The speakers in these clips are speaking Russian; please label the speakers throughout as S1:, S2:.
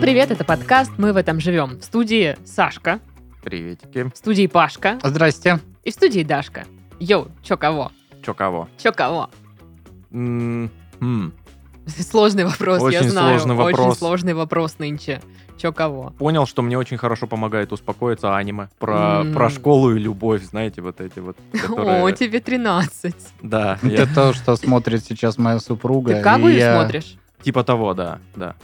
S1: привет, это подкаст «Мы в этом живем». В студии Сашка,
S2: Приветики.
S1: в студии Пашка
S3: Здрасте.
S1: и в студии Дашка. Йоу, чё кого?
S2: Чё кого?
S1: Чё кого?
S2: М, хм, м.
S1: Сложный вопрос, я
S2: Очень
S1: знаю.
S2: сложный вопрос.
S1: Очень сложный вопрос нынче. Чё кого?
S2: Понял, что мне очень хорошо помогает успокоиться аниме. Про,
S1: М.
S2: про школу и любовь, знаете, вот эти вот. которые-
S1: О, тебе 13.
S2: Да, я-
S3: Это то, что смотрит сейчас моя супруга.
S1: Ты кого
S3: и
S1: ее
S3: я
S1: смотришь?
S2: типа того, да, да.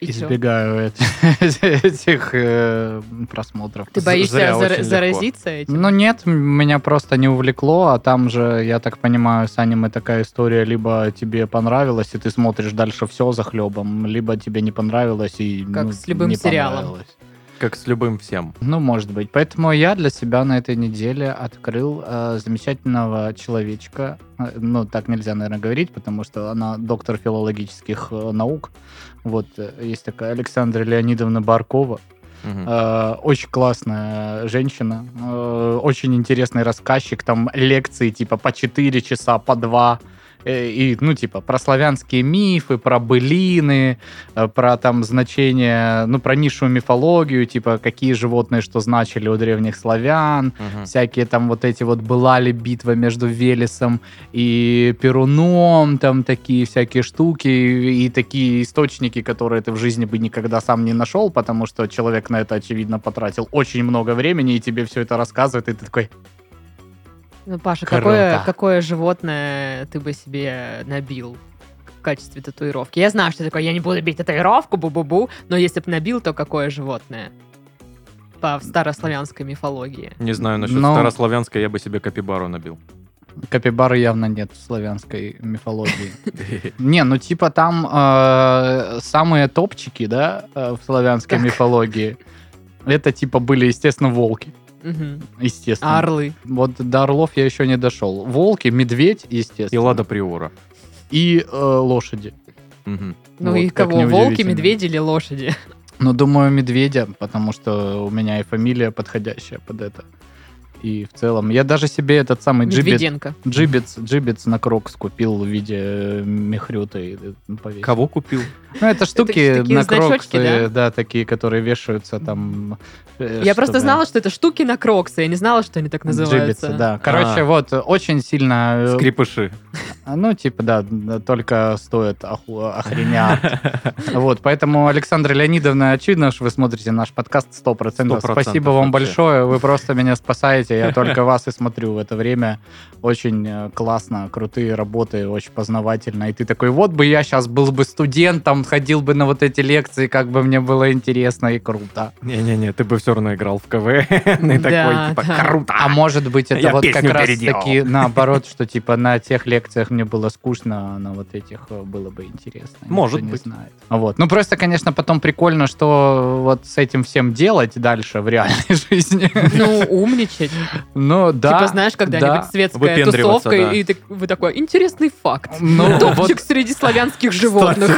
S1: И чё?
S3: Избегаю эт- этих э, просмотров.
S1: Ты
S2: З-
S1: боишься
S2: зря,
S1: зар-
S2: очень легко.
S1: заразиться этим?
S3: Ну нет, м- меня просто не увлекло, а там же, я так понимаю, с аниме такая история, либо тебе понравилось, и ты смотришь дальше все за хлебом, либо тебе не понравилось и
S1: Как
S3: ну,
S1: с любым
S3: не
S1: сериалом.
S3: понравилось.
S2: Как с любым всем.
S3: Ну, может быть. Поэтому я для себя на этой неделе открыл э, замечательного человечка. Э, Ну, так нельзя, наверное, говорить, потому что она доктор филологических э, наук. Вот, э, есть такая Александра Леонидовна Баркова.
S2: Мгм.
S3: Э, Очень классная женщина, э, очень интересный рассказчик, там лекции типа по 4 часа, по 2, э, и, ну, типа, про славянские мифы, про былины, э, про там значение, ну, про низшую мифологию, типа, какие животные что значили у древних славян,
S2: Мгм.
S3: всякие там вот эти вот была ли битва между Велесом и Перуном, там такие всякие штуки и такие источники, которые ты в жизни бы никогда сам не нашел, потому что человек на это, очевидно, потратил очень много времени, и тебе все это рассказывает, и ты такой,
S1: Ну, Паша,
S3: Круто.
S1: какое, какое животное ты бы себе набил в качестве татуировки? Я знаю, что такое, я не буду бить татуировку, бу-бу-бу, но если бы набил, то какое животное? По старославянской мифологии.
S2: Не знаю, насчет
S3: Но-
S2: старославянской я бы себе капибару набил.
S3: капибары явно нет в славянской мифологии. Не, ну типа там э, самые топчики, да, э, в славянской
S1: Так.
S3: мифологии, это типа были, естественно, волки.
S1: Мгм.
S3: Естественно.
S1: А орлы?
S3: Вот до орлов я еще не дошел. Волки, медведь,
S2: И
S3: естественно.
S2: лада приора.
S3: И э, лошади.
S2: Мгм.
S1: Ну
S3: Вот
S1: и
S3: как
S1: кого? Волки,
S3: неудивительно.
S1: медведи или лошади?
S3: Но думаю, медведя, потому что у меня и фамилия подходящая под это. И в целом, я даже себе этот самый Ну, джибет,
S1: Медведенко.
S3: джибец, джибец на крокс купил в виде э, мехрюты. и, э, повесил.
S2: Кого купил?
S3: Ну, это штуки
S1: такие
S3: на крокс,
S1: значочки, да?
S3: да? такие, которые вешаются там. э,
S1: Я просто
S3: чтобы-
S1: знала, что это штуки на кроксы, я не знала, что они так называются.
S3: Джибицы, да. Короче,
S2: А.
S3: вот, очень сильно... э,
S2: Скрипыши.
S3: А, Ну, типа, да, н- только стоит оху- охренеть. Вот, поэтому, Александра Леонидовна, очевидно, что вы смотрите наш подкаст 100%.
S2: 100%
S3: Спасибо вам
S2: вообще.
S3: большое, вы просто меня спасаете, я только вас и смотрю в это время. Очень э, классно, крутые работы, очень познавательно. И ты такой, вот бы я сейчас был бы студентом, ходил бы на вот эти лекции, как бы мне было интересно и круто.
S2: Не-не-не, ты бы все равно играл в КВН. И
S1: Да,
S2: такой, типа,
S1: да.
S2: круто.
S3: А может быть, это
S2: Я
S3: вот как
S2: песню
S3: раз
S2: переделал.
S3: таки наоборот, что типа на тех лекциях мне было скучно, а на вот этих э, было бы интересно. Никто
S2: Может
S3: не
S2: быть.
S3: знает. Вот. Ну просто, конечно, потом прикольно, что вот с этим всем делать дальше в реальной жизни.
S1: Ну, умничать.
S3: Ну да.
S1: Типа, знаешь, когда-нибудь
S3: да.
S1: светская тусовка,
S2: Выпендриваться, да.
S1: и ты, вы такой, интересный факт.
S3: Ну, вот
S1: Топчик среди славянских животных.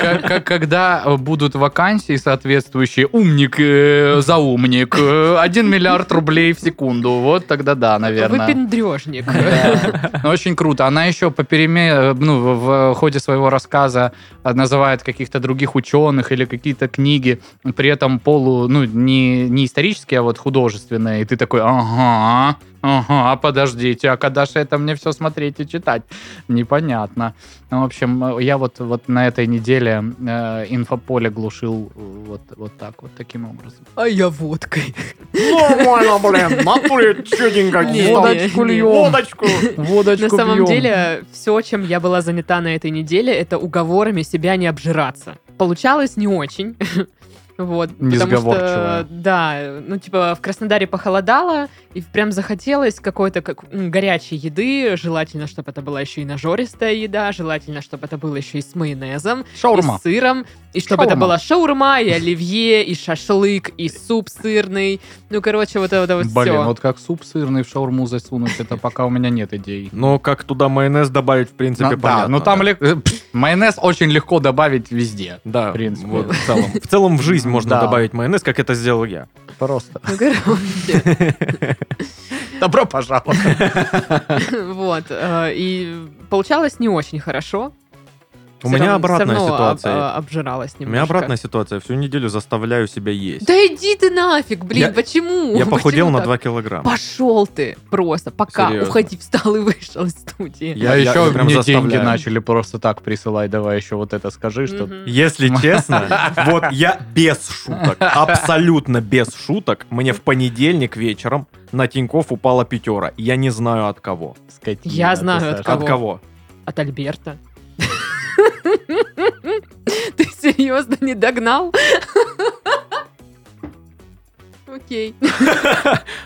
S3: как- как- когда э, будут вакансии соответствующие умник, э, заумник, э, 1 миллиард рублей в секунду, вот тогда да, наверное.
S1: Выпендрежник.
S3: Да. Ну, Очень круто. Она еще по переме, ну, в в ходе своего рассказа э, называет каких-то других ученых или какие-то книги, при этом полу, ну, не, не исторические, а вот художественные. И ты такой, ага, ага, подождите, а когда же это мне все смотреть и читать? Непонятно. Ну, в общем, э, я вот, вот на этой неделе э, инфополе глушил э, вот, вот так вот, таким образом.
S1: А я водкой.
S2: Нормально, блин, натуре
S1: Не,
S2: чуденько.
S3: А Водочку
S1: не, не.
S3: льем.
S2: Водочку.
S3: Водочку
S1: На самом
S3: пьем.
S1: деле, все, чем я была занята на этой неделе, это уговорами себя не обжираться. Получалось не очень. Вот, потому
S3: Несговорчивая.
S1: что, да, ну, типа, в Краснодаре похолодало, и прям захотелось какой-то как, м, горячей еды, желательно, чтобы это была еще и нажористая еда, желательно, чтобы это было еще и с майонезом, и
S3: Шаурма.
S1: с сыром, и чтобы это
S3: Шаурма.
S1: была шаурма, и оливье, и шашлык, и суп сырный, ну, короче, вот это вот
S3: Блин,
S1: все.
S3: вот как суп сырный в шаурму засунуть, это пока у меня нет идей.
S2: Но как туда майонез добавить, в принципе,
S3: Ну,
S2: понятно.
S3: да, ну там лег- э, пф, майонез очень легко добавить везде.
S2: Да,
S3: в принципе.
S2: вот в целом. В целом в жизнь можно
S3: Да.
S2: добавить майонез, как это сделал я.
S3: Просто.
S1: Ну, короче.
S3: Добро пожаловать.
S1: Вот. э, И получалось не очень хорошо.
S2: У
S1: Всё
S2: меня
S1: равно-
S2: обратная
S1: всё равно об-
S2: ситуация.
S1: а, обжиралась
S2: У
S1: немножко.
S2: меня обратная ситуация. Всю неделю заставляю себя есть.
S1: Да иди ты нафиг, блин,
S2: Я-
S1: почему?
S2: Я
S1: Почему
S2: похудел на
S1: так?
S2: 2 килограмма.
S1: Пошел ты просто, пока
S2: Серьезно.
S1: уходи, встал и вышел из студии.
S3: Я, еще
S2: прям
S3: А мне
S2: заставляю.
S3: деньги начали просто так присылать, давай еще вот это скажи, что...
S1: Мгм.
S2: Если честно, вот я без шуток, абсолютно без шуток, мне в понедельник вечером на Тинькофф упала пятера. Я не знаю от кого.
S3: Скотина
S1: Я
S3: ты,
S1: знаю,
S3: Саша.
S1: от кого.
S2: От кого?
S1: От Альберта. Ты серьезно не догнал? Окей.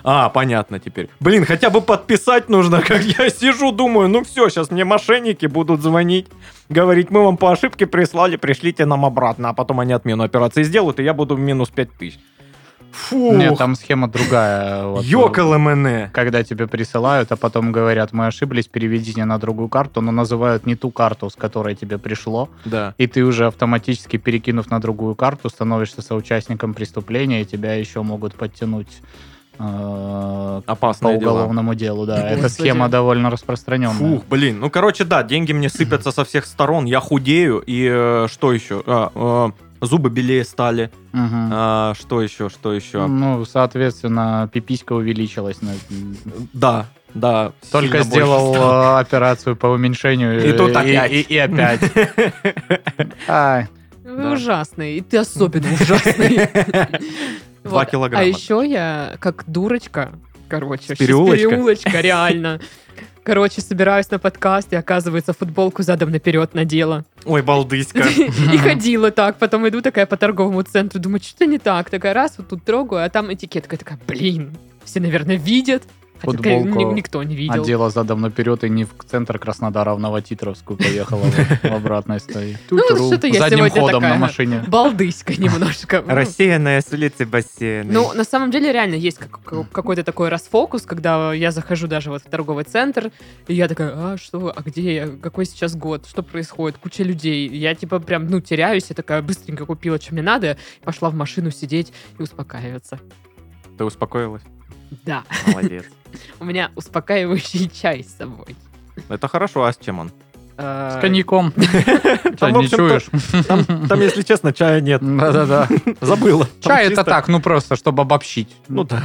S2: А, понятно теперь. Блин, хотя бы подписать нужно, как я сижу, думаю, ну все, сейчас мне мошенники будут звонить, говорить, мы вам по ошибке прислали, пришлите нам обратно, а потом они отмену операции сделают, и я буду в минус 5 тысяч. Фу,
S3: Нет, там схема другая. вот.
S2: ёкало мене.
S3: Когда тебе присылают, а потом говорят, мы ошиблись, переведите на другую карту, но называют не ту карту, с которой тебе пришло,
S2: Да.
S3: и ты уже автоматически, перекинув на другую карту, становишься соучастником преступления, и тебя еще могут подтянуть э, по
S2: Опасные дела.
S3: уголовному делу. Да, эта
S1: Господи.
S3: схема довольно распространенная.
S2: Фух, блин. Ну, короче, да, деньги мне сыпятся со всех сторон, я худею, и э, что еще? А, э, зубы белее стали.
S3: Мгм.
S2: А, что еще, что еще?
S3: Ну, соответственно, пиписька увеличилась. ну, м,
S2: Да, да.
S3: Только
S2: сильно больше
S3: сделал
S2: стало.
S3: э, операцию по уменьшению. э,
S2: И тут опять.
S3: И, и опять. А, Ай.
S1: Вы
S2: Да.
S1: ужасный. И ты особенно ужасный.
S2: Два
S1: Вот.
S2: килограмма.
S1: А еще я, как дурочка, короче, вообще с
S2: переулочка?
S1: переулочка, реально. Короче, собираюсь на подкаст, и оказывается, футболку задом наперед надела.
S2: Ой, балдыська.
S1: И ходила так, потом иду такая по торговому центру, думаю, что-то не так. Такая раз, вот тут трогаю, а там этикетка такая, блин, все, наверное, видят. А такая,
S3: Футболку
S1: ни- никто не видел.
S3: Отдела задом наперед и не в центр Краснодара, в Новотитровскую поехала вот, в обратной стороне.
S1: Ну, вот
S3: Ту-туру.
S1: что-то я
S3: Задним
S1: сегодня
S3: ходом
S1: такая.
S3: на машине.
S1: Балдыська немножко. Ну,
S2: Рассеянная с улицы бассейна.
S1: Ну, на самом деле, реально есть как- как- какой-то такой расфокус, когда я захожу даже вот в торговый центр, и я такая, а что, вы? а где я, какой сейчас год, что происходит, куча людей. Я типа прям, ну, теряюсь, я такая быстренько купила, что мне надо, пошла в машину сидеть и успокаиваться.
S2: Ты успокоилась?
S1: Да,
S2: Молодец.
S1: у меня успокаивающий чай с собой.
S2: Это хорошо, а с чем он?
S1: Э,
S3: С коньяком. Чё,
S2: Там, в
S3: не
S2: общем-то,
S3: чуешь?
S2: Там, там, если честно, чая нет.
S3: Да-да-да.
S2: Забыла. Там
S3: Чай это
S2: чисто-
S3: так, ну просто, чтобы обобщить.
S2: Ну да.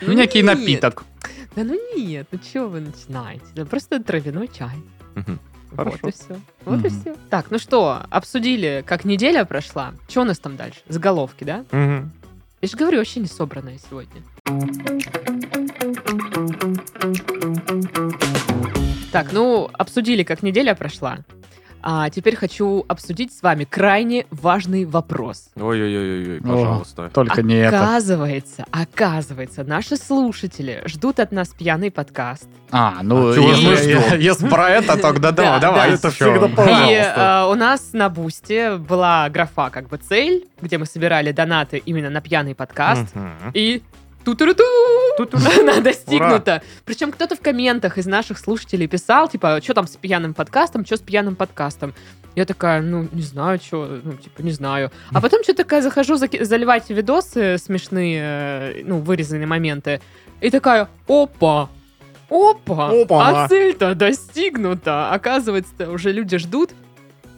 S1: ну,
S3: Некий
S1: нет.
S3: напиток.
S1: Да ну нет, ну чего вы начинаете? Да просто травяной чай.
S2: Мгм.
S1: Вот
S2: Хорошо.
S1: и все. Вот и
S3: Мгм.
S1: все. Так, ну что, обсудили, как неделя прошла. Что у нас там дальше? Заголовки, да?
S2: Мгм.
S1: Я же говорю, вообще не собранная сегодня. Так, ну, обсудили, как неделя прошла. А теперь хочу обсудить с вами крайне важный вопрос.
S2: Ой-ой-ой,
S3: О.
S2: пожалуйста.
S3: Только не
S1: А
S3: это.
S1: оказывается, оказывается, наши слушатели ждут от нас пьяный подкаст.
S3: А, ну,
S2: А чего
S3: если-
S2: мы ждем?
S3: если про это, тогда
S1: Да,
S3: да, давай.
S1: да.
S2: Это
S3: чё.
S2: всегда по-
S1: И
S2: Пожалуйста.
S1: э, у нас на Бусте была графа как бы цель, где мы собирали донаты именно на пьяный подкаст.
S2: Мгм.
S1: И ту-ту-ру-ту! Она достигнута. Причем кто-то в комментах из наших слушателей писал, типа, что там с пьяным подкастом, что с пьяным подкастом. Я такая, ну, не знаю, что, ну, типа, не знаю. А потом что такая захожу заки- заливать видосы смешные, э, ну, вырезанные моменты. И такая, опа, опа,
S2: Опа-на.
S1: а цель-то достигнута. Оказывается, уже люди ждут.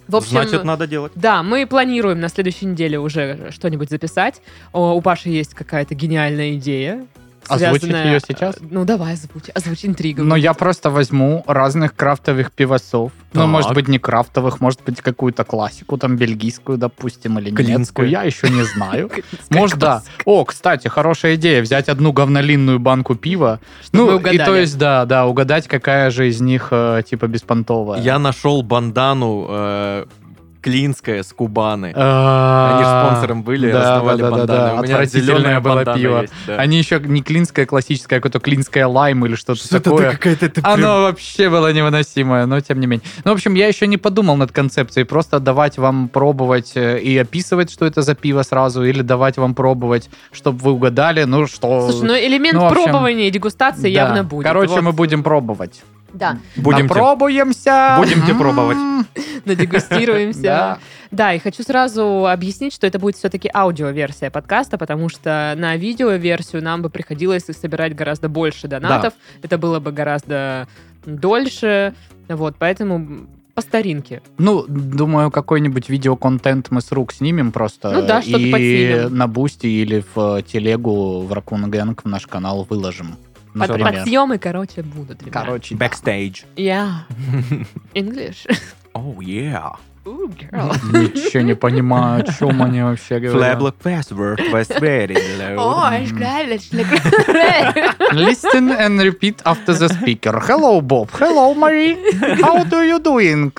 S1: В общем,
S2: Значит, надо делать.
S1: да, мы планируем на следующей неделе уже что-нибудь записать. О, у Паши есть какая-то гениальная идея.
S3: Озвучить
S1: связанная-
S3: её сейчас?
S1: Ну, давай, озвучь. Озвучь интригу.
S3: Но я просто возьму разных крафтовых пивосов. Ну,
S2: Так.
S3: может быть, не крафтовых, может быть, какую-то классику, там, бельгийскую, допустим, или
S2: Клинскую.
S3: немецкую. Я еще не знаю.
S1: Скажи,
S3: Может, да.
S1: класс,
S3: О, кстати, хорошая идея взять одну говнолинную банку пива.
S1: чтобы мы
S3: Ну, и
S1: угадали.
S3: то есть, да, да, угадать, какая же из них, э, типа, беспонтовая.
S2: Я нашел бандану э, Клинская с Кубаны. Они
S3: Они
S2: же спонсором были, раздавали банданы. У меня
S3: Отвратительное
S2: зеленая
S3: было
S2: бандана
S3: пиво.
S2: есть, да.
S3: Они еще не клинское классическое, а какое-то клинское лайм или что-то
S2: Что-то ты
S3: такое.
S2: какая-то ты прям-
S3: Оно вообще было невыносимое, но тем не менее. Ну, в общем, я еще не подумал над концепцией. Просто давать вам пробовать э, и описывать, что это за пиво сразу, или давать вам пробовать, чтобы вы угадали, ну что...
S1: Слушай, ну элемент
S3: Ну, в общем,
S1: пробования и дегустации
S3: Да.
S1: явно будет.
S3: Короче,
S1: Вот.
S3: мы будем пробовать.
S1: Да,
S2: Будем те-
S3: Напробуемся!
S2: будем те
S3: М-м.
S2: пробовать.
S1: надегустируемся.
S3: Да.
S1: Да, и хочу сразу объяснить, что это будет все-таки аудиоверсия подкаста, потому что на видеоверсию нам бы приходилось собирать гораздо больше донатов. Это было бы гораздо дольше. Вот, поэтому по старинке.
S3: Ну, думаю, какой-нибудь видеоконтент мы с рук снимем просто.
S1: Ну да, что-то
S3: И
S1: подснимем.
S3: на Бусти или в э, телегу в Raccoon Gang в наш канал выложим.
S1: Под,
S3: например.
S1: подсъемы, короче, будут, ребят.
S3: Ну, Короче, да.
S2: Backstage.
S1: Я English.
S2: Oh, yeah.
S1: Ooh, girl.
S3: Ничего не понимаю, о чем они вообще говорят.
S2: Flablock password was very low.
S1: Ой, English, like-
S3: Listen and repeat after the speaker. Hello, Bob. Hello, Marie. How do you doing?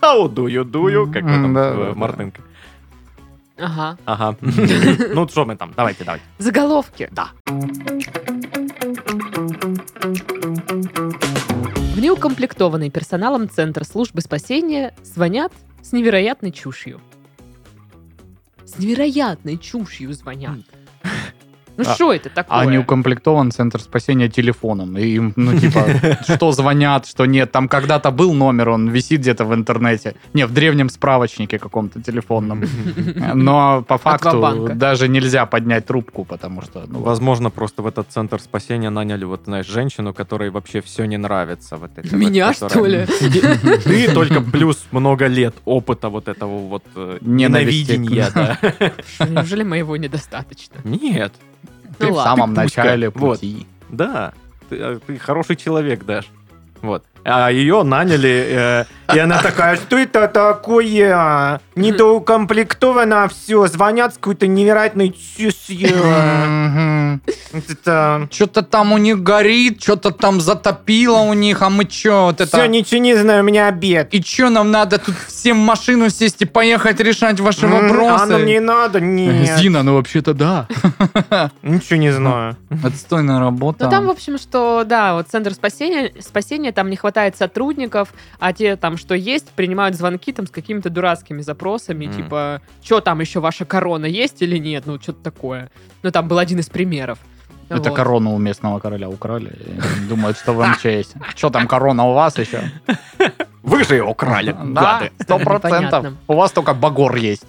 S2: How do you do you? Как вы там,
S3: М, да,
S2: э,
S3: да, да.
S2: Мартынка?
S1: Ага.
S2: Ага. Ну, что мы там? Давайте, давайте.
S1: Заголовки.
S2: Да.
S1: В неукомплектованный персоналом Центр службы спасения звонят с невероятной чушью. С невероятной чушью звонят. Ну
S3: А-
S1: что это такое?
S3: А не укомплектован центр спасения телефоном. И им, ну, типа, что звонят, что нет. Там когда-то был номер, он висит где-то в интернете. Не, в древнем справочнике каком-то телефонном. Но по факту
S1: Аквабанка.
S3: даже нельзя поднять трубку, потому что... ну,
S2: Возможно, просто в этот центр спасения наняли, вот, знаешь, женщину, которой вообще все не нравится. Вот это, вот,
S1: Меня,
S2: которая-
S1: что ли?
S2: Ты только плюс много лет опыта вот этого вот э,
S3: Ненависти к-
S2: ненавидения. да.
S1: Неужели моего недостаточно?
S2: Нет,
S3: Ты
S1: Ну
S3: в
S1: ладно.
S3: самом
S2: Пусть-ка.
S3: начале
S2: Вот.
S3: пути.
S2: да, ты, э, ты хороший человек, Даш. Вот. А ее наняли, э, и она такая, что это такое? Недоукомплектовано все, звонят с какой-то невероятной чушью. Это...
S3: Что-то там у них горит, что-то там затопило у них, а мы что, вот это...
S2: Все, ничего не знаю, у меня обед.
S3: И что нам надо тут всем в машину сесть и поехать решать ваши
S2: М,
S3: вопросы?
S2: А ну не надо, нет.
S3: Зина, ну вообще-то да.
S2: Ничего не знаю.
S3: Отстойная работа.
S1: Ну там, в общем, что, да, вот центр спасения, спасения, там не хватает сотрудников, а те там, что есть, принимают звонки там с какими-то дурацкими запросами,
S2: Мгм.
S1: типа, что там еще ваша корона есть или нет, ну что-то такое. Ну там был один из примеров.
S3: Это
S1: Вот.
S3: корону у местного короля украли. и Думают, что в МЧС есть. Что там, корона у вас еще?
S2: Вы же ее украли,
S3: Да, сто процентов.
S1: Непонятно.
S3: У вас только багор есть.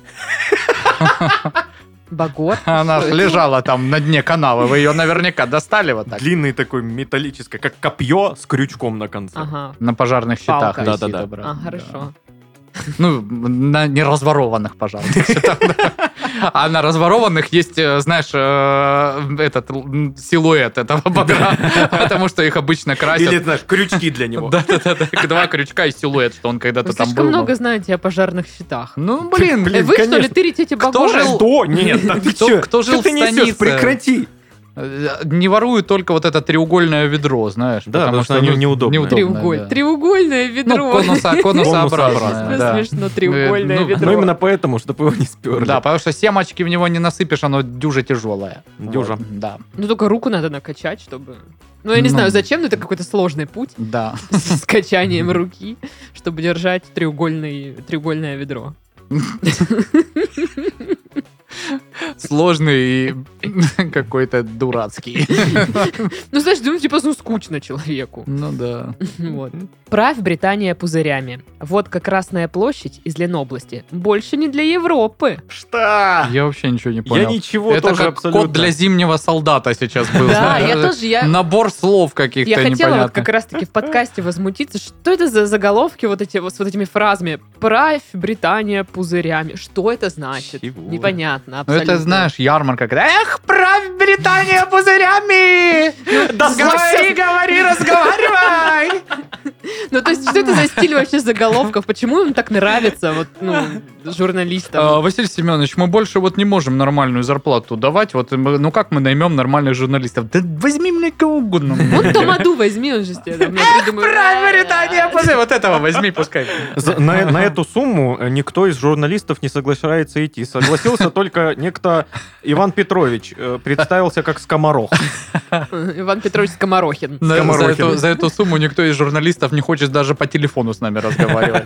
S1: Багор.
S3: Она
S1: Что
S3: ж
S1: это?
S3: лежала там на дне канавы. Вы ее наверняка достали вот так.
S2: Длинный такой металлический, как копье с крючком на конце.
S1: Ага.
S3: На пожарных щитах.
S1: Палка.
S3: висит
S2: Да-да-да.
S3: обратно,
S1: А,
S3: да.
S1: хорошо.
S3: Ну, на неразворованных пожарных щитах. да. А на разворованных есть, э, знаешь, э, этот м, силуэт этого багра. Потому что их обычно красят.
S2: Или, знаешь, крючки для него.
S3: Да, да, да, да. Два крючка и силуэт, что он
S1: Вы
S3: когда-то
S1: Ну,
S3: там
S1: слишком
S3: был.
S1: много знаете о пожарных щитах.
S3: Ну, блин,
S1: Э, Вы, что ли,
S2: конечно.
S1: тырите эти
S3: Кто
S1: багоры?
S3: жил-
S2: Что? Нет, да ты
S3: Кто-
S2: чё?
S3: кто жил
S2: Чё ты
S3: в
S2: несёшь?
S3: станице?
S2: Прекрати.
S3: э, не ворую только вот это треугольное ведро, знаешь.
S2: Да, потому что они
S3: ну,
S2: неудобные.
S1: Треуголь.
S3: да.
S1: Треугольное
S3: Ну,
S1: ведро.
S3: конуса- конусообразное,
S2: Конусообразное,
S3: да.
S1: Смешно, треугольное
S3: Э, ну,
S1: ведро.
S2: Ну, именно поэтому, чтобы его не сперли.
S3: Да, потому что семочки в него не насыпешь, оно дюже тяжелое.
S2: Дюжа.
S3: Вот, да,
S1: Ну, только руку надо накачать, чтобы... Ну, я не
S3: Ну.
S1: знаю, зачем, но это какой-то сложный путь
S3: да.
S1: с с качанием руки, чтобы держать треугольный, треугольное ведро.
S3: Сложный и какой-то дурацкий.
S1: Ну, знаешь, думаю, типа, ну, скучно человеку.
S3: Ну да.
S1: Вот. Правь Британия пузырями. Водка Красная площадь из Ленобласти. Больше не для Европы.
S2: Что?
S3: Я вообще ничего не
S2: Я
S3: понял.
S2: ничего
S3: Это
S2: тоже
S3: как
S2: абсолютно.
S3: код для зимнего солдата сейчас был.
S1: Да,
S3: знаешь.
S1: я тоже, я...
S3: Набор слов
S1: Я
S3: каких-то
S1: хотела вот
S3: непонятных.
S1: как раз-таки в подкасте возмутиться, что это за заголовки вот эти вот с вот этими фразами «Правь Британия пузырями». Что это значит?
S2: Чего?
S1: Непонятно
S3: Ну,
S1: абсолютно.
S3: это, знаешь, ярмарка, когда «Эх, правь Британия пузырями! Говори, говори, разговаривай!»
S1: Ну, то есть, что это за стиль вообще заголовков? Почему им так нравится, вот, ну, журналистам?
S3: А, Василий Семенович, мы больше вот не можем нормальную зарплату давать. Вот, мы- ну как мы наймем нормальных журналистов? Да возьми мне кого угодно.
S1: Вон Тамаду возьми, он же тебе там придумает.
S3: Правь Британия пузырями! Вот этого возьми, пускай.
S2: За- на, на эту сумму э, никто из журналистов не соглашается идти. Согласился только некто Иван Петрович. э, Представился как скоморох.
S1: Иван Петрович Скоморохин.
S3: На- за,
S2: Скоморохин.
S3: эту, за эту сумму никто из журналистов не хочет даже по телефону с нами разговаривать.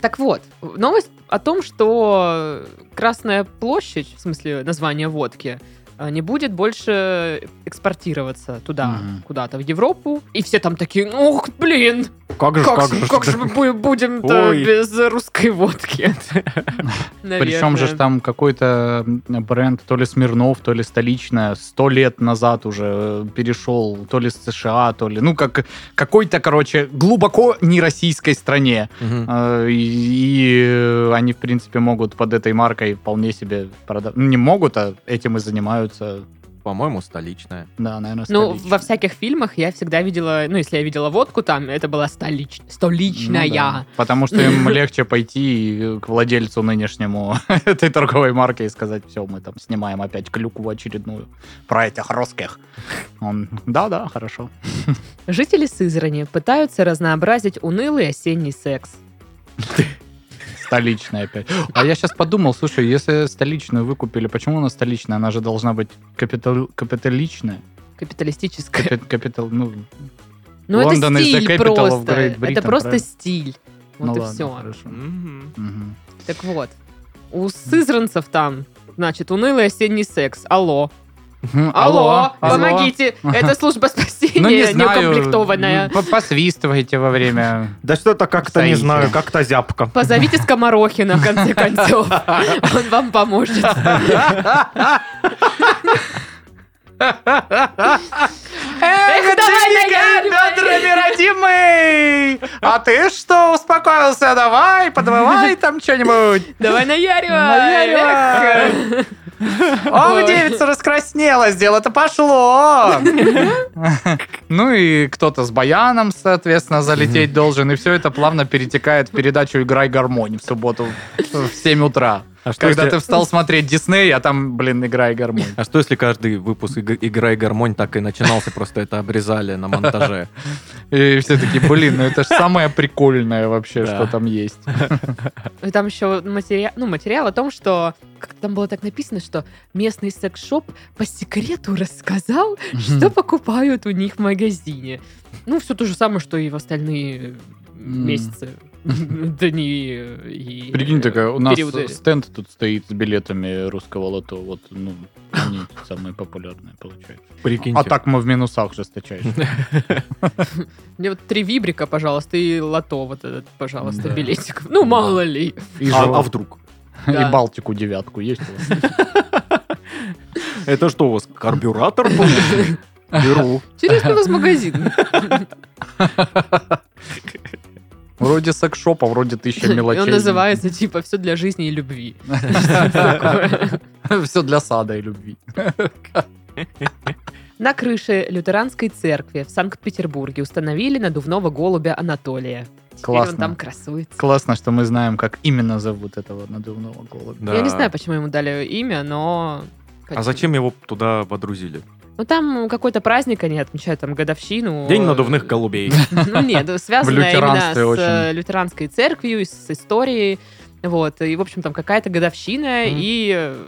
S1: Так вот, новость о том, что Красная площадь, в смысле название водки, э, не будет больше экспортироваться туда,
S3: Мгм.
S1: куда-то, в Европу. И все там такие, «Ну, ох, блин,
S2: Как же,
S1: Как,
S2: как
S1: же-
S2: же.
S1: как же мы бу- будем-то
S2: Ой.
S1: без русской водки?
S3: Причем же ж там какой-то м, бренд, то ли Смирнов, то ли столичная, сто лет назад уже э, перешел, то ли с США, то ли, ну, как какой-то, короче, глубоко не российской стране.
S2: Мгм.
S3: Э, И э, они, в принципе, могут под этой маркой вполне себе продавать. Не могут, а этим и занимаются.
S2: По-моему, столичная.
S3: Да, наверное,
S1: Ну, во всяких фильмах я всегда видела, ну, если я видела водку, там это была столич... столичная.
S3: Ну Потому что им легче пойти и к владельцу нынешнему этой торговой марки и сказать, все, мы там снимаем опять клюкву очередную про этих русских. Он, да-да, хорошо.
S1: Жители Сызрани пытаются разнообразить унылый осенний секс.
S3: Столичная опять. А я сейчас подумал, слушай, если столичную выкупили, почему она столичная? Она же должна быть капитал, капиталичная.
S1: Капиталистическое.
S3: Капи- капитал, ну,
S1: Ну,
S3: London
S1: это
S3: is the
S1: стиль
S3: capital of
S1: просто.
S3: Great Britain,
S1: Это просто
S3: правильно?
S1: стиль.
S3: ну
S1: Вот и
S3: ладно,
S1: все.
S3: хорошо.
S2: Мгм.
S3: Мгм.
S1: Так вот, у сызранцев там, значит, унылый осенний секс. Алло.
S3: Мгм.
S1: Алло,
S3: алло.
S1: помогите. Это служба
S3: Ну, не
S1: спасения,
S3: знаю,
S1: неукомплектованная.
S3: по- посвистывайте во время
S2: Да что-то как-то, не
S3: Стоите.
S2: знаю, как-то зябко.
S1: Позовите Скоморохина, в конце концов. Он вам поможет. Эх, давай нагадим!
S3: родимый! А ты что, успокоился? Давай, подвывай там что-нибудь.
S1: Давай наяривай!
S3: Наяривай.
S1: Эх.
S3: Ох, девица раскраснелась, дело-то пошло. Ну и кто-то с баяном, соответственно, залететь должен. И все это плавно перетекает в передачу «Играй гармонь» в субботу в 7 утра.
S2: А что,
S3: Когда
S2: если-
S3: ты встал смотреть Дисней, а там, блин, «Играй гармонь».
S2: а что если каждый выпуск иг- «Игра и гармонь» так и начинался, просто это обрезали на монтаже?
S3: И все такие, блин, ну это же самое прикольное вообще,
S2: Да.
S3: что там есть.
S1: И Там еще материал, ну, материал о том, что как там было так написано, что местный секс-шоп по секрету рассказал, что покупают у них в магазине. Ну, все то же самое, что и в остальные
S3: М.
S1: месяцы, дни и
S3: Прикинь, такая, у нас
S1: периоды.
S3: стенд тут стоит с билетами русского лото. Вот, ну, они самые популярные, получается.
S2: Прикиньте.
S3: А так мы в минусах жесточайше.
S1: Мне вот три вибрика, пожалуйста, и лото вот этот, пожалуйста,
S3: Да.
S1: билетик. Ну, мало ли.
S3: И
S2: А-
S3: жел-
S2: а вдруг?
S1: да.
S3: и Балтику девятку есть у вас?
S2: Это что у вас, карбюратор был? Беру.
S1: Интересный у вас магазин.
S3: Вроде секшоп, а вроде тысяча
S1: И
S3: мелочей.
S1: он называется, типа, все для жизни и любви.
S3: Все для сада и любви.
S1: На крыше лютеранской церкви в Санкт-Петербурге установили надувного голубя Анатолия. Теперь он
S3: Классно.
S1: там красуется.
S3: Классно, что мы знаем, как именно зовут этого надувного голубя.
S2: Да.
S1: Я не знаю, почему ему дали имя, но...
S2: А зачем его туда водрузили?
S1: Ну, там какой-то праздник они отмечают, там, годовщину.
S2: День надувных голубей.
S1: Ну, нет, связано именно с
S3: лютеранстве
S1: э, лютеранской церковью, и с историей. Вот, и, в общем, там какая-то годовщина,
S2: Мгм.
S1: и э,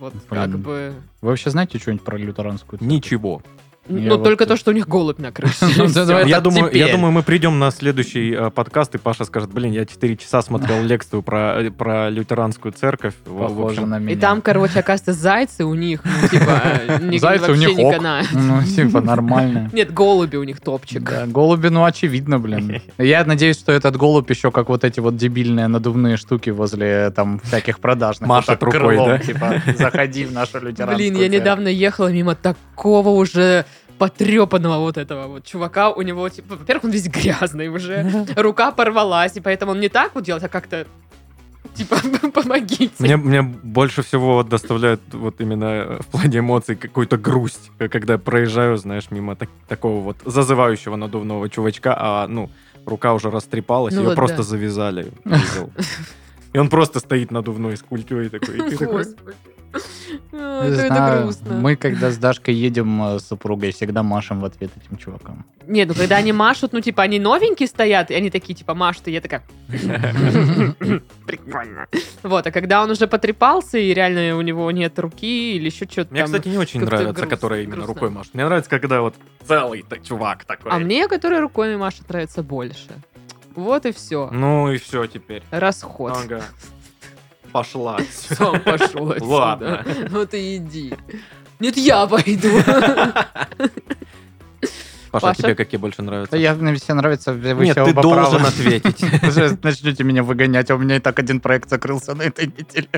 S1: вот как
S3: Блин.
S1: бы...
S3: Вы вообще знаете что-нибудь про лютеранскую церковь?
S2: Ничего.
S1: Ну,
S3: Я вот
S1: только
S3: тут-
S1: то, что у них голубь на крыше.
S3: Ну, да, давай
S2: Я
S3: так
S2: думаю, я
S3: теперь.
S2: думаю, мы придем на следующий э, подкаст, и Паша скажет, блин, я 4 часа смотрел лекцию про, э, про лютеранскую церковь. В- в
S3: Похоже
S2: общем,
S3: на меня.
S1: И там, короче, оказывается, зайцы у них, ну, типа, ни-
S3: Зайцы у
S1: вообще
S3: них
S1: не
S3: ок.
S1: канают.
S3: Ну, типа, нормально.
S1: Нет, голуби у них топчик.
S3: Да, голуби, ну, очевидно, блин. Я надеюсь, что этот голубь еще как вот эти вот дебильные надувные штуки возле э, там всяких продажных.
S2: Машет
S3: Вот так
S2: рукой,
S3: крылом,
S2: да?
S3: Типа, заходи в нашу лютеранскую
S1: Блин, я
S3: церковь».
S1: недавно ехала мимо такого уже потрепанного вот этого вот чувака. У него, типа, во-первых, он весь грязный
S3: Ну
S1: уже. Рука порвалась, и поэтому он не так вот делает, а как-то, типа, помогите.
S2: Мне, мне больше всего вот доставляет вот именно э, в плане эмоций какую-то грусть, э, когда я проезжаю, знаешь, мимо так- такого вот зазывающего надувного чувачка, а, ну, рука уже растрепалась,
S1: Ну
S2: ее
S1: вот
S2: просто
S1: да.
S2: завязали. вырезал. И он просто стоит надувной с культей такой. и ты такой,
S1: Господи. А,
S3: Не
S1: Это это
S3: знаю,
S1: грустно.
S3: Мы, когда с Дашкой едем э, с супругой, всегда машем в ответ этим чувакам.
S1: Нет, ну когда они машут, ну типа они новенькие стоят, и они такие типа машут, и я такая, прикольно. Вот, а когда он уже потрепался, и реально у него нет руки или еще что-то
S2: Мне,
S1: там.
S2: кстати, не очень
S1: как-то
S2: нравятся,
S1: груст-
S2: которые именно
S1: грустно.
S2: рукой машут. Мне нравится, когда вот целый та- чувак такой.
S1: А мне, который рукой машет, нравится больше. Вот и все.
S2: Ну и все теперь.
S1: Расход.
S2: Ага. Пошла. отсюда.
S1: Сам пошел отсюда.
S2: Ладно.
S1: Ну ты иди. Нет, я пойду.
S2: Паша,
S1: Паша?
S2: тебе какие больше нравятся?
S3: Я, мне все нравится, вы
S2: Нет,
S3: все
S2: ты
S3: оба
S2: должен
S3: правы.
S2: ответить.
S3: Уже начнете меня выгонять, а у меня и так один проект закрылся на этой неделе.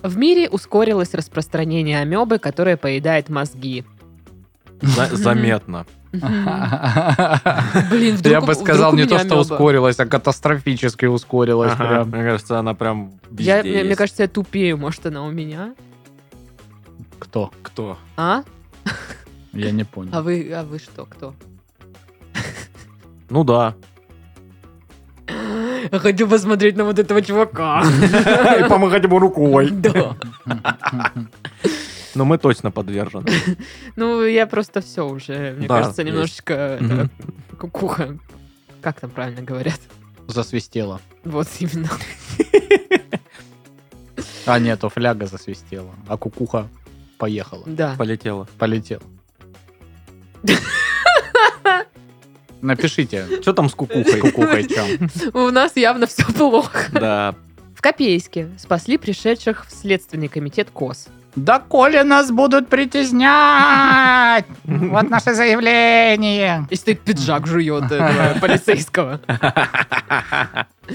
S1: В мире ускорилось распространение амебы, которая поедает мозги.
S2: За- Заметно.
S1: Мгм. Блин,
S3: Блин,
S1: вдруг
S3: я
S1: у-
S3: бы
S1: вдруг
S3: сказал
S1: у
S3: не то,
S1: меня
S3: что
S1: амеба.
S3: ускорилась, а катастрофически ускорилась.
S2: Ага,
S3: прям.
S2: Мне кажется, она прям
S1: Я-
S2: везде
S1: Мне мне
S2: есть.
S1: кажется, я тупее, может, она у меня.
S3: Кто?
S2: Кто?
S1: А?
S3: Я не
S1: А
S3: понял.
S1: вы, а вы что, кто?
S2: Ну да.
S1: Хочу посмотреть на вот этого чувака.
S2: И помахать ему рукой.
S1: Да.
S2: Но мы точно подвержены.
S1: Ну, я просто все уже, мне
S2: Да,
S1: кажется,
S2: есть.
S1: немножечко
S2: Мгм.
S1: э, кукуха. Как там правильно говорят?
S3: Засвистела.
S1: Вот именно.
S3: А нет, то фляга засвистела. А кукуха поехала.
S1: Да.
S2: Полетело.
S3: Полетела. Напишите
S2: Что там с
S3: с
S2: кукухой?
S3: кукухой чем.
S1: У нас явно все плохо.
S2: Да.
S1: В Копейске спасли пришедших в Следственный комитет КОС.
S3: Да коли нас будут притеснять! Вот наше заявление.
S1: Если ты пиджак жует этого полицейского.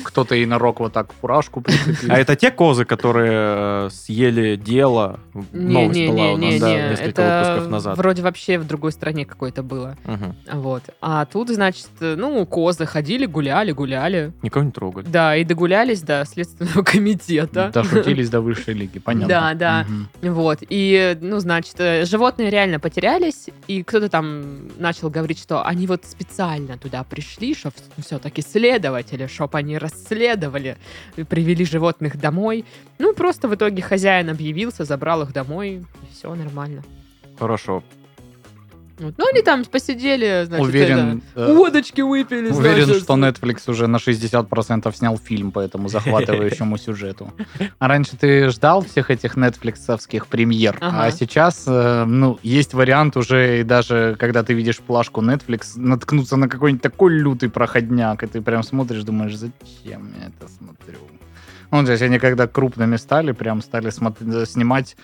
S3: Кто-то и на рок вот так фуражку прицепил.
S2: А это те козы, которые э, съели дело? Новость была у нас, да,
S1: Не-не-не-не-не,
S2: несколько
S1: это
S2: выпусков назад.
S1: вроде вообще в другой стране какое-то было.
S2: Мгм.
S1: Вот. А тут, значит, ну, козы ходили, гуляли, гуляли.
S2: Никого не трогали.
S1: Да, и догулялись до Следственного комитета.
S3: Дошутились до высшей лиги, понятно.
S1: Да, да.
S3: Мгм.
S1: Вот, и, ну, значит, э, животные реально потерялись, и кто-то там начал говорить, что они вот специально туда пришли, что все-таки следователи, чтоб они расследовали, и привели животных домой. Ну, просто в итоге хозяин объявился, забрал их домой, и все нормально.
S2: Хорошо.
S1: Вот. Ну, они там посидели, значит,
S3: Уверен,
S1: это,
S3: э,
S1: водочки выпили,
S3: Уверен,
S1: значит.
S3: что Netflix уже на 60% снял фильм по этому захватывающему сюжету. А раньше ты ждал всех этих нетфликсовских премьер,
S1: Ага.
S3: а сейчас, э, ну, есть вариант уже, и даже когда ты видишь плашку Netflix, наткнуться на какой-нибудь такой лютый проходняк, и ты прям смотришь, думаешь, зачем я это смотрю? Ну, то есть они когда крупными стали, прям стали смотр- э, снимать